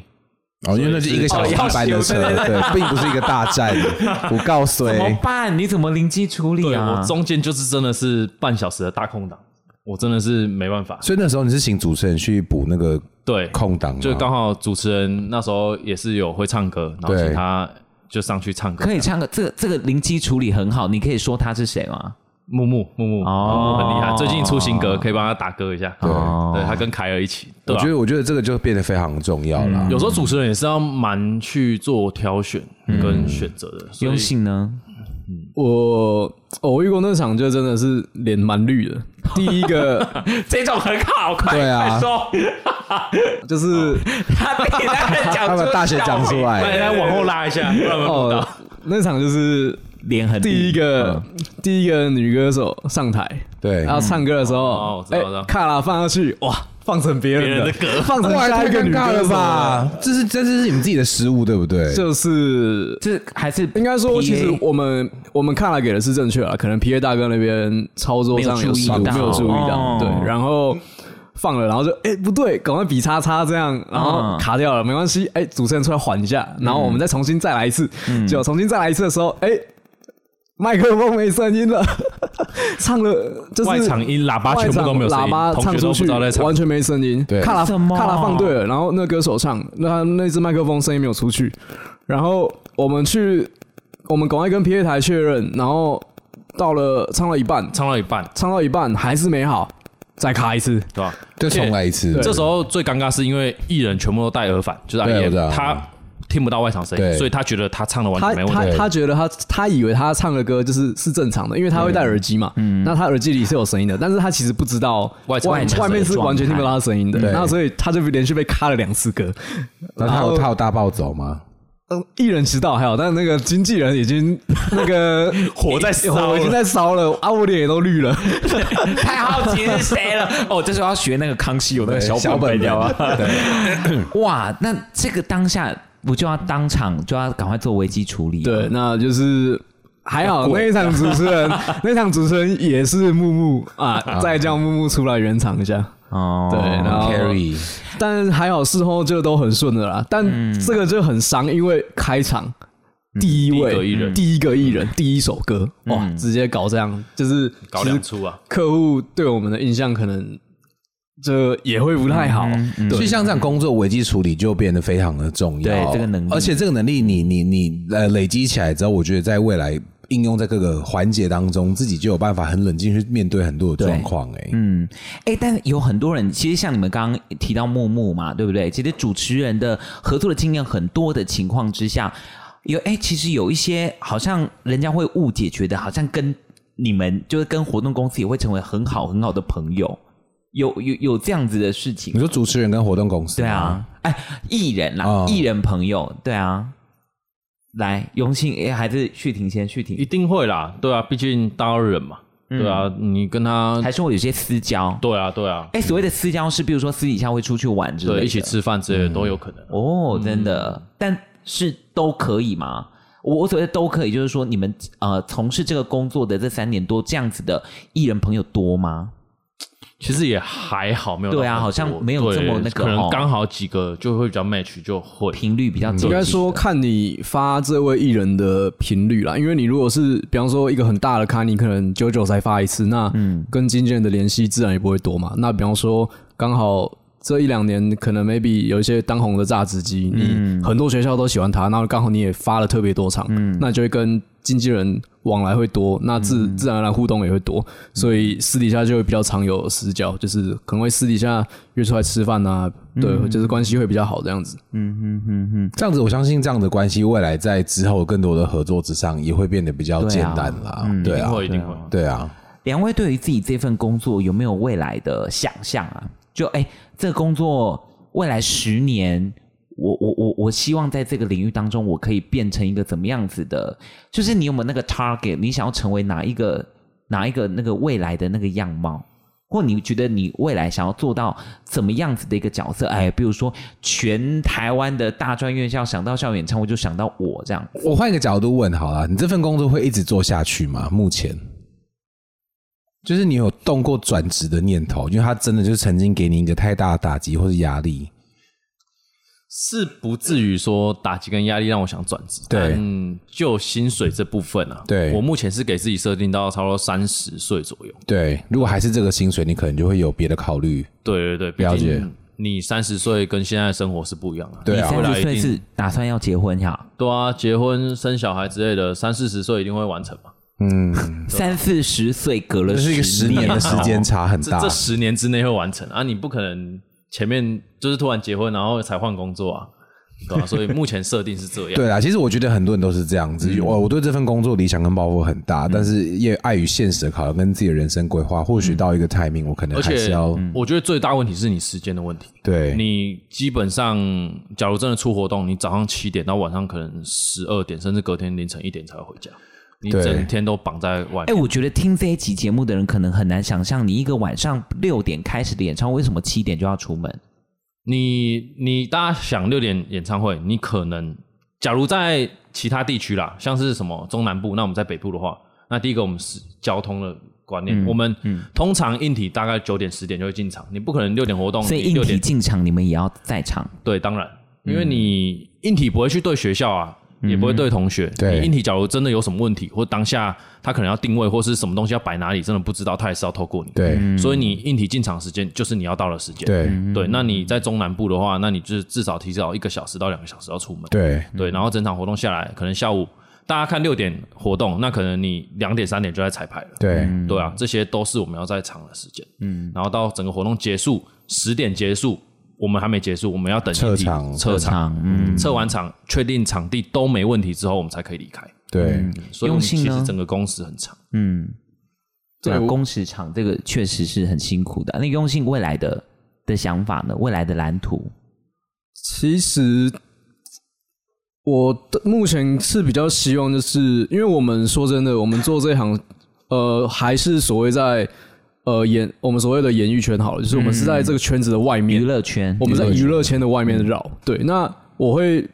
Speaker 5: 哦，因为那是一个小时一
Speaker 6: 哦
Speaker 5: 班的车，对，并不是一个大站。
Speaker 6: (laughs)
Speaker 5: 我告诉
Speaker 6: 怎么
Speaker 5: 你，
Speaker 6: 办？你怎么灵机处理
Speaker 7: 对
Speaker 6: 啊？
Speaker 7: 我中间就是真的是半小时的大空档，我真的是没办法。
Speaker 5: 所以那时候你是请主持人去补那个
Speaker 7: 对，
Speaker 5: 空档吗，
Speaker 7: 就刚好主持人那时候也是有会唱歌，然后
Speaker 5: 对
Speaker 7: 请他就上去唱歌。
Speaker 6: 可以唱个这个这个灵机处理很好，你可以说他是谁吗？
Speaker 7: 木木木木木
Speaker 8: 啊
Speaker 7: 木
Speaker 6: 哦
Speaker 7: 很厉害，最近出新歌，可以帮他打歌一下。对
Speaker 6: 哦
Speaker 7: 对他跟凯尔一起，对
Speaker 5: 我
Speaker 7: 吧
Speaker 5: 觉？得，我觉得这个就变得非常重要
Speaker 6: 嗯
Speaker 5: 了。
Speaker 7: 有时候主持人也是要蛮去做挑选跟选择的，所以
Speaker 6: 嗯用信呢？
Speaker 8: 我我遇过那场就真的是脸蛮
Speaker 5: (laughs)
Speaker 8: 绿的。第一个
Speaker 6: 这种很好，快
Speaker 5: 对啊
Speaker 6: 快说，
Speaker 8: 就是
Speaker 6: 他自己在那讲
Speaker 5: 他
Speaker 6: 出
Speaker 5: 把大学讲出来，
Speaker 7: 来来往后拉一下，
Speaker 6: 嗯
Speaker 7: 不然我们不
Speaker 8: 哦
Speaker 7: 到。，
Speaker 8: 那场就是
Speaker 6: 脸很
Speaker 8: 第一个
Speaker 5: 嗯
Speaker 8: 第一个女歌手上台，
Speaker 5: 对，
Speaker 6: 嗯
Speaker 8: 然后唱歌的时
Speaker 7: 哦
Speaker 8: 候
Speaker 7: 我，知道
Speaker 8: 哎
Speaker 7: 我知道，
Speaker 8: 卡拉放下去，哇，放成别人的歌，放成
Speaker 5: 哇，
Speaker 8: 下
Speaker 5: 太
Speaker 8: 一个
Speaker 5: 尴
Speaker 8: 女
Speaker 5: 尬
Speaker 8: 歌
Speaker 5: 了
Speaker 8: 手了，
Speaker 5: 吧？这是这这是你们自己的失误，对不对？
Speaker 8: 就是
Speaker 6: 这还是
Speaker 8: 应该说，
Speaker 6: PA
Speaker 8: 其实
Speaker 6: (laughs)
Speaker 8: 我们我们看了给的是正确啊，可能 P A 大哥那边操作上有失误
Speaker 6: 没有注意到
Speaker 8: 没有注意
Speaker 6: 哦
Speaker 8: 到，对，然后放了，然后就哎、不对，赶快比叉叉这样，然后
Speaker 6: 嗯
Speaker 8: 卡掉了，没关系，哎、主持人出来缓一下，然后我们再重新再来一次，结果重新再来一次的时候，哎、麦克风没声音了， (laughs) 唱了就是
Speaker 7: 外场音喇叭全部都没有声音
Speaker 8: 外场喇叭
Speaker 7: 同
Speaker 8: 唱
Speaker 7: 学
Speaker 8: 出
Speaker 7: 都不
Speaker 8: 去
Speaker 7: 知道在唱
Speaker 8: 完全没声音。
Speaker 5: 对
Speaker 8: 卡拉
Speaker 6: 什么
Speaker 8: 卡拉放对了，然后那歌手唱，那他那只麦克风声音没有出去，然后我们去，我们赶快跟 PA 台确认，然后到了唱到一半，
Speaker 7: 唱到一半，
Speaker 8: 唱到一半还是没好，再卡一次。
Speaker 7: 对吧？
Speaker 5: 就重来一次。
Speaker 7: 这时候最尴尬是因为艺人全部都戴耳返，就是
Speaker 5: 对
Speaker 7: IM，
Speaker 5: 我知道
Speaker 7: 他听不到外场声
Speaker 5: 对
Speaker 7: 音，所以他觉得他唱的完
Speaker 8: 他
Speaker 7: 全没问
Speaker 8: 他
Speaker 7: 题。
Speaker 8: 他觉得他他以为他唱的歌就是是正常的，因为他会戴耳机嘛，那他耳机里是有声音的，但是他其实不知道
Speaker 7: 嗯外
Speaker 8: 外
Speaker 7: 外
Speaker 8: 外面是完全听不到他声音的，
Speaker 5: 对
Speaker 8: 然后所以他就连续被卡了两次歌。
Speaker 5: 那他有他有大暴走吗？
Speaker 8: 嗯，艺人迟到还好，但那个经纪人
Speaker 7: (laughs)
Speaker 8: 已经那个
Speaker 7: 火在烧了
Speaker 8: 火已经在烧了，啊，我脸也都绿
Speaker 7: (laughs)
Speaker 8: 了。
Speaker 6: 太好奇是谁了。哦，这时候要学那个康熙有那个
Speaker 5: 对
Speaker 6: 小
Speaker 5: 小本
Speaker 6: 本
Speaker 5: 本
Speaker 6: 掉啊。 (laughs) 哇，那这个当下不就要当场就要赶快做危机处理？
Speaker 8: 对，，那就是还好那一场主持
Speaker 7: (laughs)
Speaker 8: 人，那场主持人也是木木啊，再叫木木出来圆场一下。
Speaker 6: 哦，
Speaker 8: 对，然后
Speaker 5: Carry
Speaker 8: 但还好事后就都很顺的啦。但这个就很伤，因为开场第一
Speaker 7: 嗯第一个艺
Speaker 8: 位、
Speaker 7: 人嗯
Speaker 8: 第一个艺人、第一首歌，哇，直接搞这样，就是
Speaker 7: 搞两出啊！
Speaker 8: 客户对我们的印象可能这也会不太好。
Speaker 7: 嗯
Speaker 5: 所以
Speaker 8: 对，
Speaker 5: 像这样工作危机处理就变得非常的重要。
Speaker 6: 对这个能力
Speaker 5: 而且这个能力你你你呃累积起来之后，我觉得在未来应用在各个环节当中，自己就有办法很冷静去面对很多的状况、欸。哎，
Speaker 6: 嗯，哎、但有很多人，其实像你们刚刚提到木木嘛，对不对？其实主持人的合作的经验很多的情况之下，有哎、其实有一些好像人家会误解，觉得好像跟你们就是跟活动公司也会成为很好很好的朋友，有有有这样子的事情
Speaker 5: 你，说主持人跟活动公司，
Speaker 6: 对啊，，哎、艺人啦
Speaker 5: 哦，
Speaker 6: 艺、人朋友，对啊。来，荣幸哎、还是旭婷先，旭
Speaker 7: 一
Speaker 6: 婷，
Speaker 7: 定会啦，对啊，毕竟大陆人嘛，对啊，你跟他，
Speaker 6: 还是会有些私交。
Speaker 7: 对啊，对啊，
Speaker 6: 哎、所谓的私交是，比如说私底下会出去玩之类的，
Speaker 7: 对，一起吃饭之类的都有可能。嗯
Speaker 6: 哦，真的，但是都可以吗？我我所谓的都可以，就是说你们呃从事这个工作的这三年多，这样子的艺人朋友多吗？
Speaker 7: 其实也还好，没有到
Speaker 6: 对啊
Speaker 7: 很多
Speaker 6: 好像没有这么那
Speaker 7: 对
Speaker 6: 个
Speaker 7: 可
Speaker 6: 哦
Speaker 7: 能刚好几个就会比较 match 就会。
Speaker 6: 频率
Speaker 7: 嗯
Speaker 6: 比较接近
Speaker 8: 应
Speaker 6: 的
Speaker 8: 该说看你发这位艺人的频率啦，因为你如果是比方说一个很大的咖，你可能久久才发一次，那跟经纪人的联系自然也不会多嘛。那比方说刚好。这一两年可能 maybe 有一些当红的榨汁机，你很多学校都喜欢他，那刚好你也发了特别多场，那就会跟经纪人往来会多，那自自然而然互动也会多，所以私底下就会比较常有私交，就是可能会私底下约出来吃饭啊，对，就是关系会比较好这样子。
Speaker 6: 嗯
Speaker 5: 这样子我相信这样的关系，未来在之后更多的合作之上，也会变得比较
Speaker 6: 对啊
Speaker 5: 简单啦。对啊，
Speaker 7: 会一定会。
Speaker 5: 对啊，
Speaker 6: 两位对于自己这份工作有没有未来的想象啊？就哎、这个工作未来十年，我我我我希望在这个领域当中，我可以变成一个怎么样子的？就是你有没有那个 target？你想要成为哪一个哪一个那个未来的那个样貌？或你觉得你未来想要做到怎么样子的一个角色？哎，比如说全台湾的大专院校想到校演唱会就想到我这样，
Speaker 5: 我换一个角度问好了，你这份工作会一直做下去吗？目前，就是你有动过转职的念头，因为他真的就是曾经给你一个太大的打击或是压力。
Speaker 7: 是不至于说打击跟压力让我想转职，
Speaker 5: 对
Speaker 7: 但就薪水这部分啊，
Speaker 5: 对
Speaker 7: 我目前是给自己设定到差不多三十岁左右。
Speaker 5: 对，如果还是这个薪水，你可能就会有别的考虑。
Speaker 7: 对对对，
Speaker 5: 了解。
Speaker 7: 你三十岁跟现在的生活是不一样的，
Speaker 5: 对啊
Speaker 7: 你
Speaker 6: 三
Speaker 7: 未来
Speaker 6: 十
Speaker 7: 一
Speaker 6: 岁
Speaker 7: 定
Speaker 6: 是打算要结婚呀？
Speaker 7: 对啊，结婚生小孩之类的，三四十岁一定会完成嘛。
Speaker 5: 嗯，
Speaker 6: 三四十岁隔了
Speaker 5: 这是一个十年的时间差很
Speaker 7: 这
Speaker 5: 大
Speaker 7: 这。十年之内会完成啊，你不可能前面就是突然结婚然后才换工作啊，对啊，所以目前设定是这
Speaker 6: (laughs)
Speaker 7: 样。嗯
Speaker 5: 对啦，其实我觉得很多人都是这样子。我、我对这份工作理想跟抱负很大，但是也碍于现实的考量跟自己的人生规划，或许到一个 timing，我可
Speaker 7: 嗯
Speaker 5: 能
Speaker 7: 而
Speaker 5: 还是
Speaker 7: 且
Speaker 5: 要、
Speaker 6: 嗯
Speaker 7: 我觉得最大问题是你时间的问题。
Speaker 5: 对
Speaker 7: 你基本上，假如真的出活动，你早上七点到晚上可能十二点，甚至隔天凌晨一点才会回家，你
Speaker 5: 对
Speaker 7: 整天都绑在外
Speaker 6: (laughs) 哎、
Speaker 7: 面。
Speaker 6: 我觉得听这一集节目的人可能很难想象，你一个晚上六点开始的演唱会，为什么七点就要出门？
Speaker 7: 你你大家想六点演唱会，你可能假如在其他地区啦，像是什么中南部，那我们在北部的话，那第一个我们是交通的观念，
Speaker 6: 嗯
Speaker 7: 我们通常硬体大概九点十点就会进场，你不可能六点活动，
Speaker 6: 所以
Speaker 7: 你
Speaker 6: 应
Speaker 7: 六
Speaker 6: 体
Speaker 7: 点
Speaker 6: 进场，你们也要在场。
Speaker 7: 对，当然，因为
Speaker 5: 嗯
Speaker 7: 你硬体不会去对学校啊，也不会对同学。
Speaker 5: 对
Speaker 7: 你硬体假如真的有什么问题，或当下他可能要定位，或是什么东西要摆哪里，真的不知道，他也是要透过你。，
Speaker 5: 对、嗯
Speaker 7: 所以你硬体进场时间就是你要到的时间。
Speaker 5: 对嗯
Speaker 7: 对，那你在中南部的话，那你就是至少提早一个小时到两个小时要出门。
Speaker 5: 对嗯
Speaker 7: 对，然后整场活动下来，可能下午大家看六点活动，那可能你两点三点就在彩排了。
Speaker 5: 对，
Speaker 7: 对啊，这些都是我们要在场的时间。嗯，然后到整个活动结束，十点结束，我们还没结束，我们要等
Speaker 5: 撤
Speaker 7: 议题
Speaker 5: 场
Speaker 7: 撤场，
Speaker 6: 场，嗯，
Speaker 7: 测完场，确定场地都没问题之后，我们才可以离开。
Speaker 5: 对，
Speaker 7: 所以我们
Speaker 6: 用信
Speaker 7: 其
Speaker 6: 呢
Speaker 7: 实整个工时很长。
Speaker 6: 嗯，对啊，
Speaker 8: 对我
Speaker 6: 工时长这个确实是很辛苦的。那用信未来的的想法呢？未来的蓝图，
Speaker 8: 其实我的目前是比较希望，就是因为我们说真的，我们做这一行，呃，还是所谓在呃演我们所谓的演艺圈好了，就是我们是在这个圈子的外面，
Speaker 6: 娱乐圈，嗯
Speaker 8: 我们在娱乐圈的外面绕。对，那我会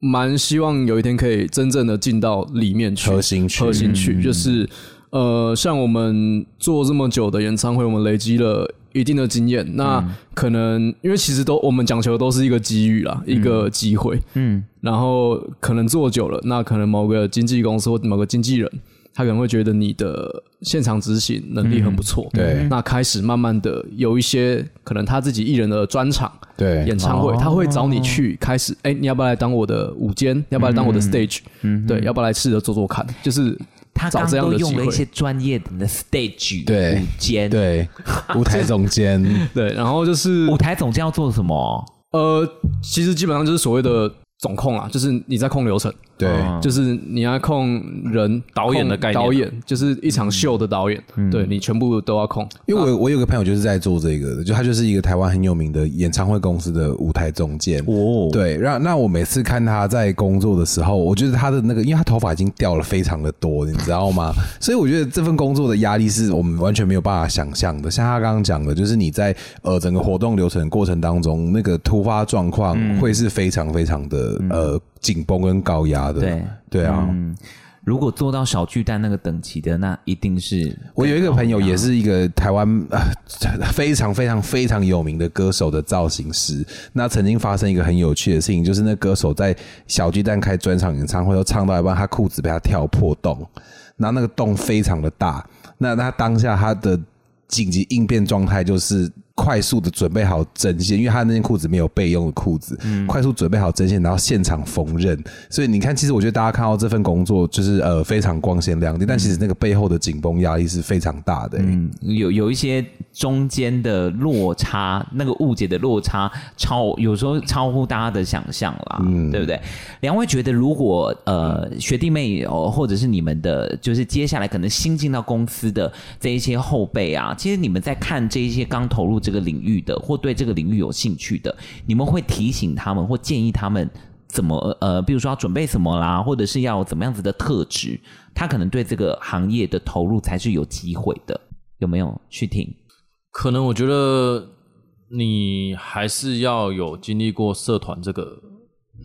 Speaker 8: 蛮希望有一天可以真正的进到里面去，
Speaker 5: 核心区
Speaker 8: 核心去，就是呃，像我们做这么久的演唱会，我们累积了一定的经验。那可能因为其实都我们讲求的都是一个机遇啦，一个机会。
Speaker 6: 嗯，
Speaker 8: 然后可能做久了，那可能某个经纪公司或某个经纪人，他可能会觉得你的现场执行能力很不错，
Speaker 5: 对
Speaker 8: 那开始慢慢的有一些可能他自己艺人的专场、
Speaker 5: 对
Speaker 8: 演唱会，他会找你去开始，哎，你要不要来当我的舞间？要不要来当我的 stage？嗯，对，要不要来试着做做看？就是
Speaker 6: 他
Speaker 8: 找
Speaker 6: 刚
Speaker 8: 这样
Speaker 6: 都
Speaker 8: 的机
Speaker 6: 用了一
Speaker 8: 会
Speaker 6: 些。专业的 stage
Speaker 5: 对
Speaker 6: 舞
Speaker 7: (laughs)
Speaker 6: 间，，
Speaker 5: 对，舞台总监，
Speaker 8: 对，然后就是
Speaker 6: 舞台总监要做什么？
Speaker 8: 呃，其实基本上就是所谓的总控啊，就是你在控流程，
Speaker 5: 对
Speaker 7: 哦
Speaker 8: 就是你要控人、
Speaker 7: 导演的
Speaker 8: 控
Speaker 7: 概念啊
Speaker 8: 导演就是一场秀的导演，对你全部都要控。
Speaker 5: 因为我
Speaker 6: 啊
Speaker 5: 我有个朋友就是在做这个的，就他就是一个台湾很有名的演唱会公司的舞台总监。
Speaker 6: 哦，
Speaker 5: 对，让那我每次看他在工作的时候，我觉得他的那个，因为他头发已经掉了非常的多，你知道吗？所以我觉得这份工作的压力是我们完全没有办法想象的。像他刚刚讲的，就是你在呃整个活动流程过程当中，那个突发状况
Speaker 6: 嗯
Speaker 5: 会是非常非常的、呃紧绷跟高压的。
Speaker 6: 对嗯
Speaker 5: 对啊，
Speaker 6: 如果做到小巨蛋那个等级的，那一定是
Speaker 5: 我有一个朋友也是一个台湾呃 (laughs) 非常非常非常有名的歌手的造型师。那曾经发生一个很有趣的事情，就是那歌手在小巨蛋开专场演唱会，都唱到一半，他裤子被他跳破洞，然后那个洞非常的大。那他当下他的紧急应变状态就是快速的准备好针线，因为他那件裤子没有备用的裤子，快速准备好针线，然后现场缝纫。所以你看，其实我觉得大家看到这份工作就是呃非常光鲜亮丽，但其实那个背后的紧绷压力是非常大的、欸
Speaker 6: 嗯，有有一些中间的落差，那个误解的落差超，有时候超乎大家的想象啦，对不对？两位觉得，如果呃学弟妹哦，或者是你们的，就是接下来可能新进到公司的这一些后辈啊，其实你们在看这一些刚投入这个领域的，或对这个领域有兴趣的，你们会提醒他们或建议他们。怎么呃，比如说要准备什么啦，或者是要有怎么样子的特质，他可能对这个行业的投入才是有机会的，有没有去听？
Speaker 7: 可能我觉得你还是要有经历过社团这个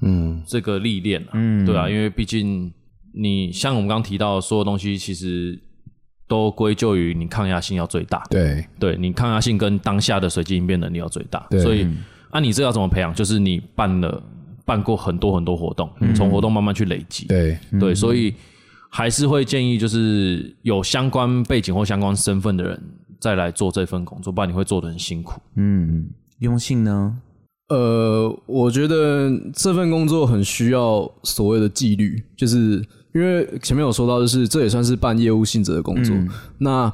Speaker 5: 嗯，
Speaker 7: 这个历练啊，嗯，对啊，因为毕竟你像我们刚刚提到的所有东西，其实都归咎于你抗压性要最大，
Speaker 5: 对
Speaker 7: 对你抗压性跟当下的随机应变能力要最大，
Speaker 5: 对
Speaker 7: 所以啊，你这要怎么培养？就是你办了办过很多很多活动，从活动慢慢去累积，
Speaker 5: 嗯对
Speaker 7: 对，所以还是会建议就是有相关背景或相关身份的人再来做这份工作，不然你会做的很辛苦。
Speaker 6: 嗯，用信呢？
Speaker 8: 呃，我觉得这份工作很需要所谓的纪律，就是因为前面有说到，就是这也算是办业务性质的工作。那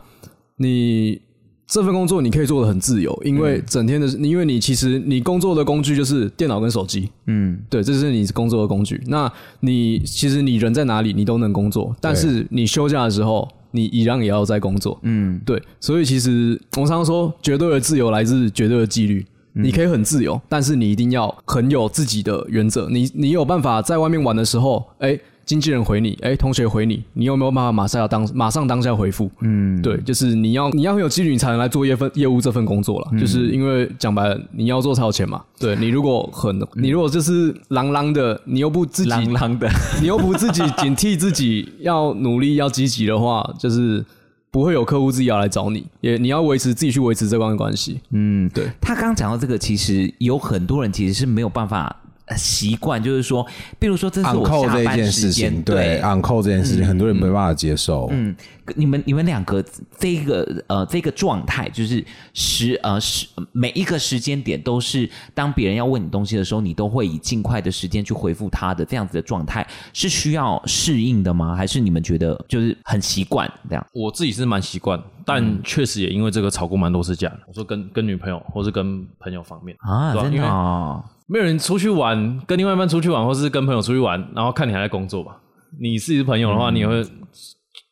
Speaker 8: 你这份工作你可以做的很自由，因为整天的，因为你其实你工作的工具就是电脑跟手机，
Speaker 6: 嗯，
Speaker 8: 对，这是你工作的工具。那你其实你人在哪里，你都能工作，但是你休假的时候，你一样也要在工作。嗯，对，所以其实我常常说，绝对的自由来自绝对的纪律。你可以很自由，但是你一定要很有自己的原则。你你有办法在外面玩的时候，哎、经纪人回你，哎、同学回你，你有没有办法马上要当马上当下回复？嗯，对，就是你要你要很有纪律，你才能来做业份业务这份工作了。就是因为讲白了，你要做才有钱嘛。对你如果很你如果就是狼狼的，你又不自己
Speaker 6: 朗朗的，
Speaker 8: 你又不自己警惕自己，要努力要积极的话，就是不会有客户自己要来找你，也你要维持自己去维持这段关系。
Speaker 6: 嗯，
Speaker 8: 对。
Speaker 6: 他刚刚讲到这个，其实有很多人其实是没有办法呃习惯，就是说，比如说这是
Speaker 5: 昂
Speaker 6: 我
Speaker 5: 扣
Speaker 6: 下
Speaker 5: 嗯这一
Speaker 6: 班
Speaker 5: 件
Speaker 6: 时
Speaker 5: 事
Speaker 6: 间
Speaker 5: 情，，对昂扣这件事情，很多人没办法接受。
Speaker 6: 嗯，你们你们两个这个呃这个状态，就是时呃时每一个时间点都是，当别人要问你东西的时候，你都会以尽快的时间去回复他的这样子的状态，是需要适应的吗？还是你们觉得就是很习惯这样？
Speaker 7: 我自己是蛮习惯，
Speaker 5: 嗯
Speaker 7: 但确实也因为这个吵过蛮多次架的。我说跟跟女朋友或是跟朋友方面
Speaker 6: 啊，
Speaker 7: 对吧
Speaker 6: 真
Speaker 7: 因
Speaker 6: 的、
Speaker 7: 为
Speaker 6: 哦，
Speaker 7: 没有人出去玩，跟另外一半出去玩，或是跟朋友出去玩，然后看你还在工作吧。你自己是朋友的话，你也会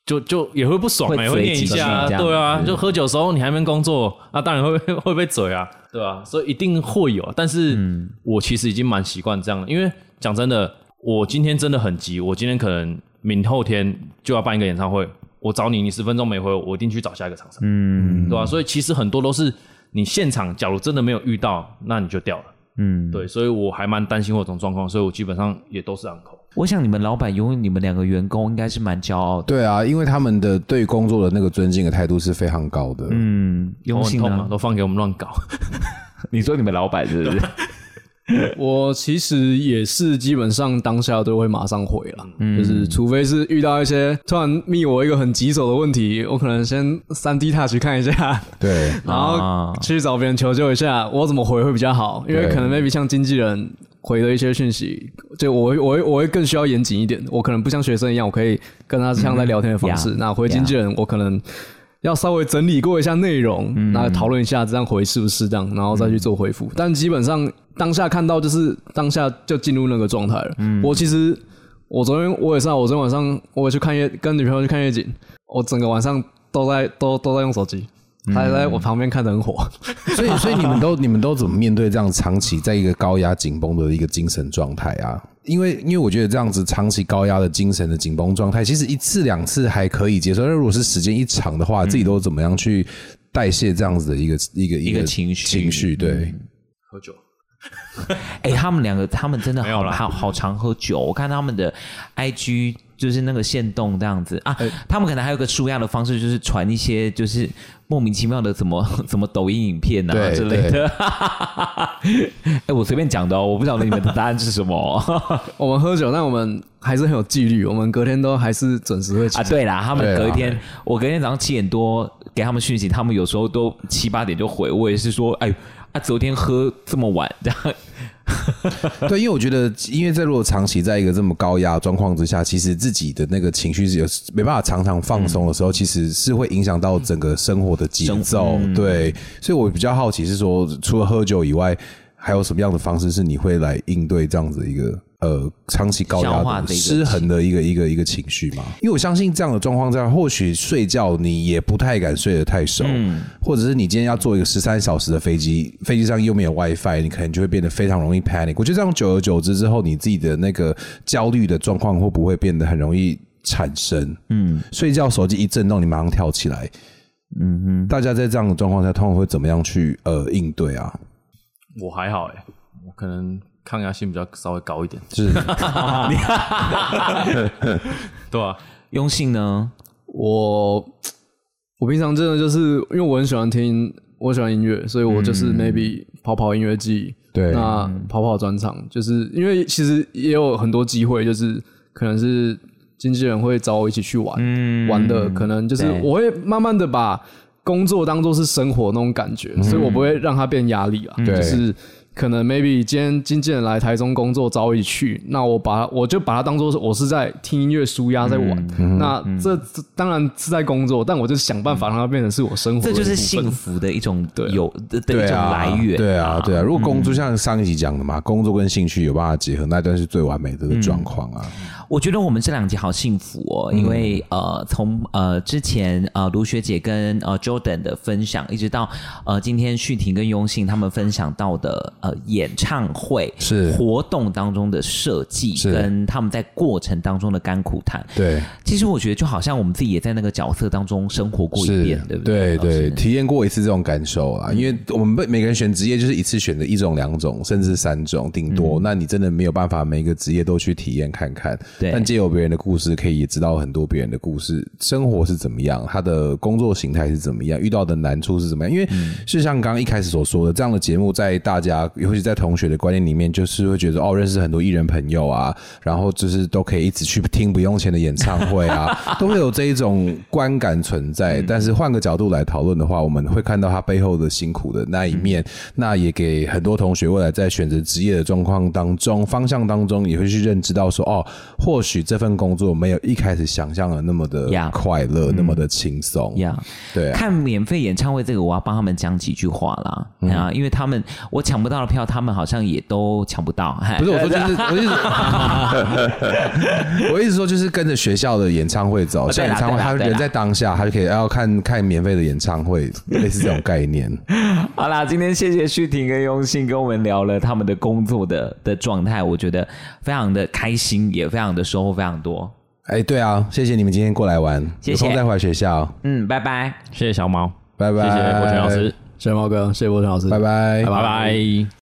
Speaker 7: 就就也会不爽、
Speaker 6: 会
Speaker 7: 嘛，也会
Speaker 6: 嘴
Speaker 7: 念一
Speaker 6: 几句
Speaker 7: 下啊，
Speaker 6: 这样
Speaker 7: 对啊，
Speaker 6: 子
Speaker 7: 就喝酒的时候你还没工作，啊，当然会 (laughs) 被会被嘴啊，对啊，所以一定会有。啊但是我其实已经蛮习惯这样了，因为讲真的，我今天真的很急，我今天可能明后天就要办一个演唱会，我找你，你十分钟没回我，我一定去找下一个厂商，嗯，对啊，所以其实很多都是你现场，假如真的没有遇到，那你就掉了。
Speaker 6: 嗯，
Speaker 7: 对，所以我还蛮担心我这种状况，所以我基本上也都是 uncle。
Speaker 6: 我想你们老板拥有你们两个员工，应该是蛮骄傲的。
Speaker 5: 对啊，因为他们的对工作的那个尊敬的态度是非常高的。嗯，
Speaker 7: 头
Speaker 6: 嗯，用
Speaker 7: 哦很
Speaker 6: 心
Speaker 7: 痛嘛，啊
Speaker 6: 呢？
Speaker 7: 都放给我们乱搞。 (laughs)
Speaker 6: 你说你们老板是不是？
Speaker 8: 我其实也是基本上当下都会马上回了，
Speaker 6: 嗯
Speaker 8: 就是除非是遇到一些突然密我一个很棘手的问题，我可能先三 D touch 看一
Speaker 6: 啊
Speaker 8: 下，
Speaker 5: 对，
Speaker 8: 然后去找别人求救一下，我怎么回会比较好？因为
Speaker 5: 对
Speaker 8: 可能 maybe 像经纪人回的一些讯息，就我会我会我会更需要严谨一点。我可能不像学生一样，我可以跟他像在聊天的方式。
Speaker 6: 嗯 Yeah，
Speaker 8: 那回经纪人，我可能要稍微整理过一下内容，那讨论一下这样回适不适当，然后再去做回复。但基本上当下看到就是当下就进入那个状态了。我其实我昨天我也是啊，我昨天晚上我也去看夜，跟女朋友去看夜景，我整个晚上都在都都在用手机。她在我旁边看得很火， (laughs)
Speaker 6: (laughs)
Speaker 5: 所以所以你们都你们都怎么面对这样长期在一个高压紧绷的一个精神状态啊？因为因为我觉得这样子长期高压的精神的紧绷状态，其实一次两次还可以接受，但如果是时间一长
Speaker 6: 嗯
Speaker 5: 的话，自己都怎么样去代谢这样子的一个一个
Speaker 6: 一个情绪
Speaker 5: 情绪对。
Speaker 7: 喝酒，
Speaker 6: 哎、他们两个，他们真的
Speaker 7: 没有
Speaker 6: 好
Speaker 7: 啦
Speaker 6: 好好常喝酒。我看他们的 IG 就是那个线动这样子啊，他们可能还有个舒压的方式，就是传一些就是莫名其妙的怎么 (laughs) 怎么抖音影片啊
Speaker 5: 对
Speaker 6: 之类的。 (laughs) 哎、我随便讲的哦，我不晓得你们的答案是什么哦
Speaker 8: 我们喝酒，但我们还是很有纪律，我们隔天都还是准时会起
Speaker 6: 啊。对啦，他们
Speaker 5: 对啦
Speaker 6: 隔一天，我隔一天早上七点多给他们讯息，他们有时候都七八点就回，我也是说，哎呦啊，昨天喝这么晚，这样
Speaker 5: (laughs) 对，因为我觉得，因为在如果长期在一个这么高压的状况之下，其实自己的那个情绪是有没办法常常放松的时
Speaker 6: 嗯
Speaker 5: 候，其实是会影响到整个生活的节奏。对，所以我比较好奇是说，除了喝酒以外，还有什么样的方式是你会来应对这样子的一个？呃，长期高
Speaker 6: 消
Speaker 5: 压
Speaker 6: 化
Speaker 5: 的
Speaker 6: 这个
Speaker 5: 失衡的一个一个一个情绪嘛，因为我相信这样的状况下，或许睡觉你也不太敢睡得太熟，
Speaker 6: 嗯
Speaker 5: 或者是你今天要坐一个十三小时的飞机，飞机上又没有 WiFi，你可能就会变得非常容易 panic。我觉得这样久而久之之后，你自己的那个焦虑的状况会不会变得很容易产生？嗯，睡觉手机一震动，你马上跳起来。嗯哼，大家在这样的状况下，通常会怎么样去呃应对啊？
Speaker 7: 我还好哎、我可能抗压性比较稍微高一点，
Speaker 5: (laughs) 就是
Speaker 7: 对啊，
Speaker 6: 用信呢？
Speaker 8: 我我平常真的就是因为我很喜欢听，我喜欢音乐，所以我就是 maybe 跑跑音乐季，
Speaker 5: 对啊
Speaker 8: 那跑跑专场，就是因为其实也有很多机会，就是可能是经纪人会找我一起去玩，
Speaker 5: 嗯
Speaker 8: 玩的可能就是
Speaker 6: 对
Speaker 8: 我会慢慢的把工作当做是生活那种感觉，所以我不会让它变压力啊，
Speaker 5: 嗯对
Speaker 8: 就是。可能 maybe 今天经纪人来台中工作找我一起去，那我把我就把它当做是我是在听音乐舒压在玩，
Speaker 5: 嗯
Speaker 8: 那这这当然是在工作，但我就想办法让它变成是我生活
Speaker 6: 这
Speaker 8: 的一部分，
Speaker 6: 就是幸福的一种有的的一
Speaker 5: 对
Speaker 6: 种
Speaker 5: 啊，
Speaker 6: 来源、
Speaker 5: 对啊，对啊。如果工作像上一集讲的嘛，工作跟兴趣有办法结合，那段是最完美的一个状况啊。
Speaker 6: 我觉得我们这两集好幸福哦，因为呃，从呃之前呃卢学姐跟呃 Jordan 的分享，一直到呃今天旭婷跟雍信他们分享到的呃演唱会
Speaker 5: 是
Speaker 6: 活动当中的设计，
Speaker 5: 是
Speaker 6: 跟他们在过程当中的甘苦谈。
Speaker 5: 对，
Speaker 6: 其实我觉得就好像我们自己也在那个角色当中生活过
Speaker 5: 是
Speaker 6: 一遍，对不
Speaker 5: 对
Speaker 6: 对对
Speaker 5: 体验过一次这种感受
Speaker 6: 嗯
Speaker 5: 啊，因为我们被每个人选职业就是一次选择一种、两种，甚至三种，顶多。
Speaker 6: 嗯
Speaker 5: 那你真的没有办法每一个职业都去体验看看。
Speaker 6: 对
Speaker 5: 但借由别人的故事，可以也知道很多别人的故事，生活是怎么样，他的工作
Speaker 6: 嗯
Speaker 5: 形态是怎么样，遇到的难处是怎么样。因为是像刚刚一开始所说的，这样的节目在大家尤其在同学的观念里面，就是会觉得哦，认识很多艺人朋友啊，然后就是都可以一直去听不用钱的演唱会啊，都会有这一种观感存在。但是换个角度来讨论的话，我们会看到他背后的辛苦的那一面，那也给很多同学未来在选择职业的状况当中、方向当中，也会去认知到说，哦，或许这份工作没有一开始想象的那么的
Speaker 6: Yeah
Speaker 5: 快乐，那么的轻松。
Speaker 6: 呀、
Speaker 5: 对啊
Speaker 6: 看免费演唱会这个，我要帮他们讲几句话啦、
Speaker 5: 嗯
Speaker 6: 啊，因为他们我抢不到的票，他们好像也都抢不到。哎嗨
Speaker 5: 不是我
Speaker 6: (laughs)
Speaker 5: 说，就是我一直我一直说，就是跟着学校的演唱会走，
Speaker 6: 哦
Speaker 5: 像
Speaker 6: 对啦
Speaker 5: 演唱会，
Speaker 6: 对啦
Speaker 5: 他
Speaker 6: 对啦
Speaker 5: 人在当下，他就可以要看看免费的演唱会，类似这种概念。
Speaker 6: 好啦，今天谢谢旭婷跟雍信跟我们聊了他们的工作的的状态，我觉得非常的开心，也非常的收获非常多。
Speaker 5: 哎，对啊，谢谢你们今天过来玩，
Speaker 6: 谢
Speaker 5: 有
Speaker 6: 谢
Speaker 5: 空再回学校，
Speaker 6: 嗯，拜拜。
Speaker 7: 谢谢小毛，
Speaker 5: 拜
Speaker 7: 谢
Speaker 5: 拜，
Speaker 7: 谢国田老师，
Speaker 8: 谢谢猫哥，谢谢波晨老师，
Speaker 5: 拜拜，
Speaker 7: 拜拜。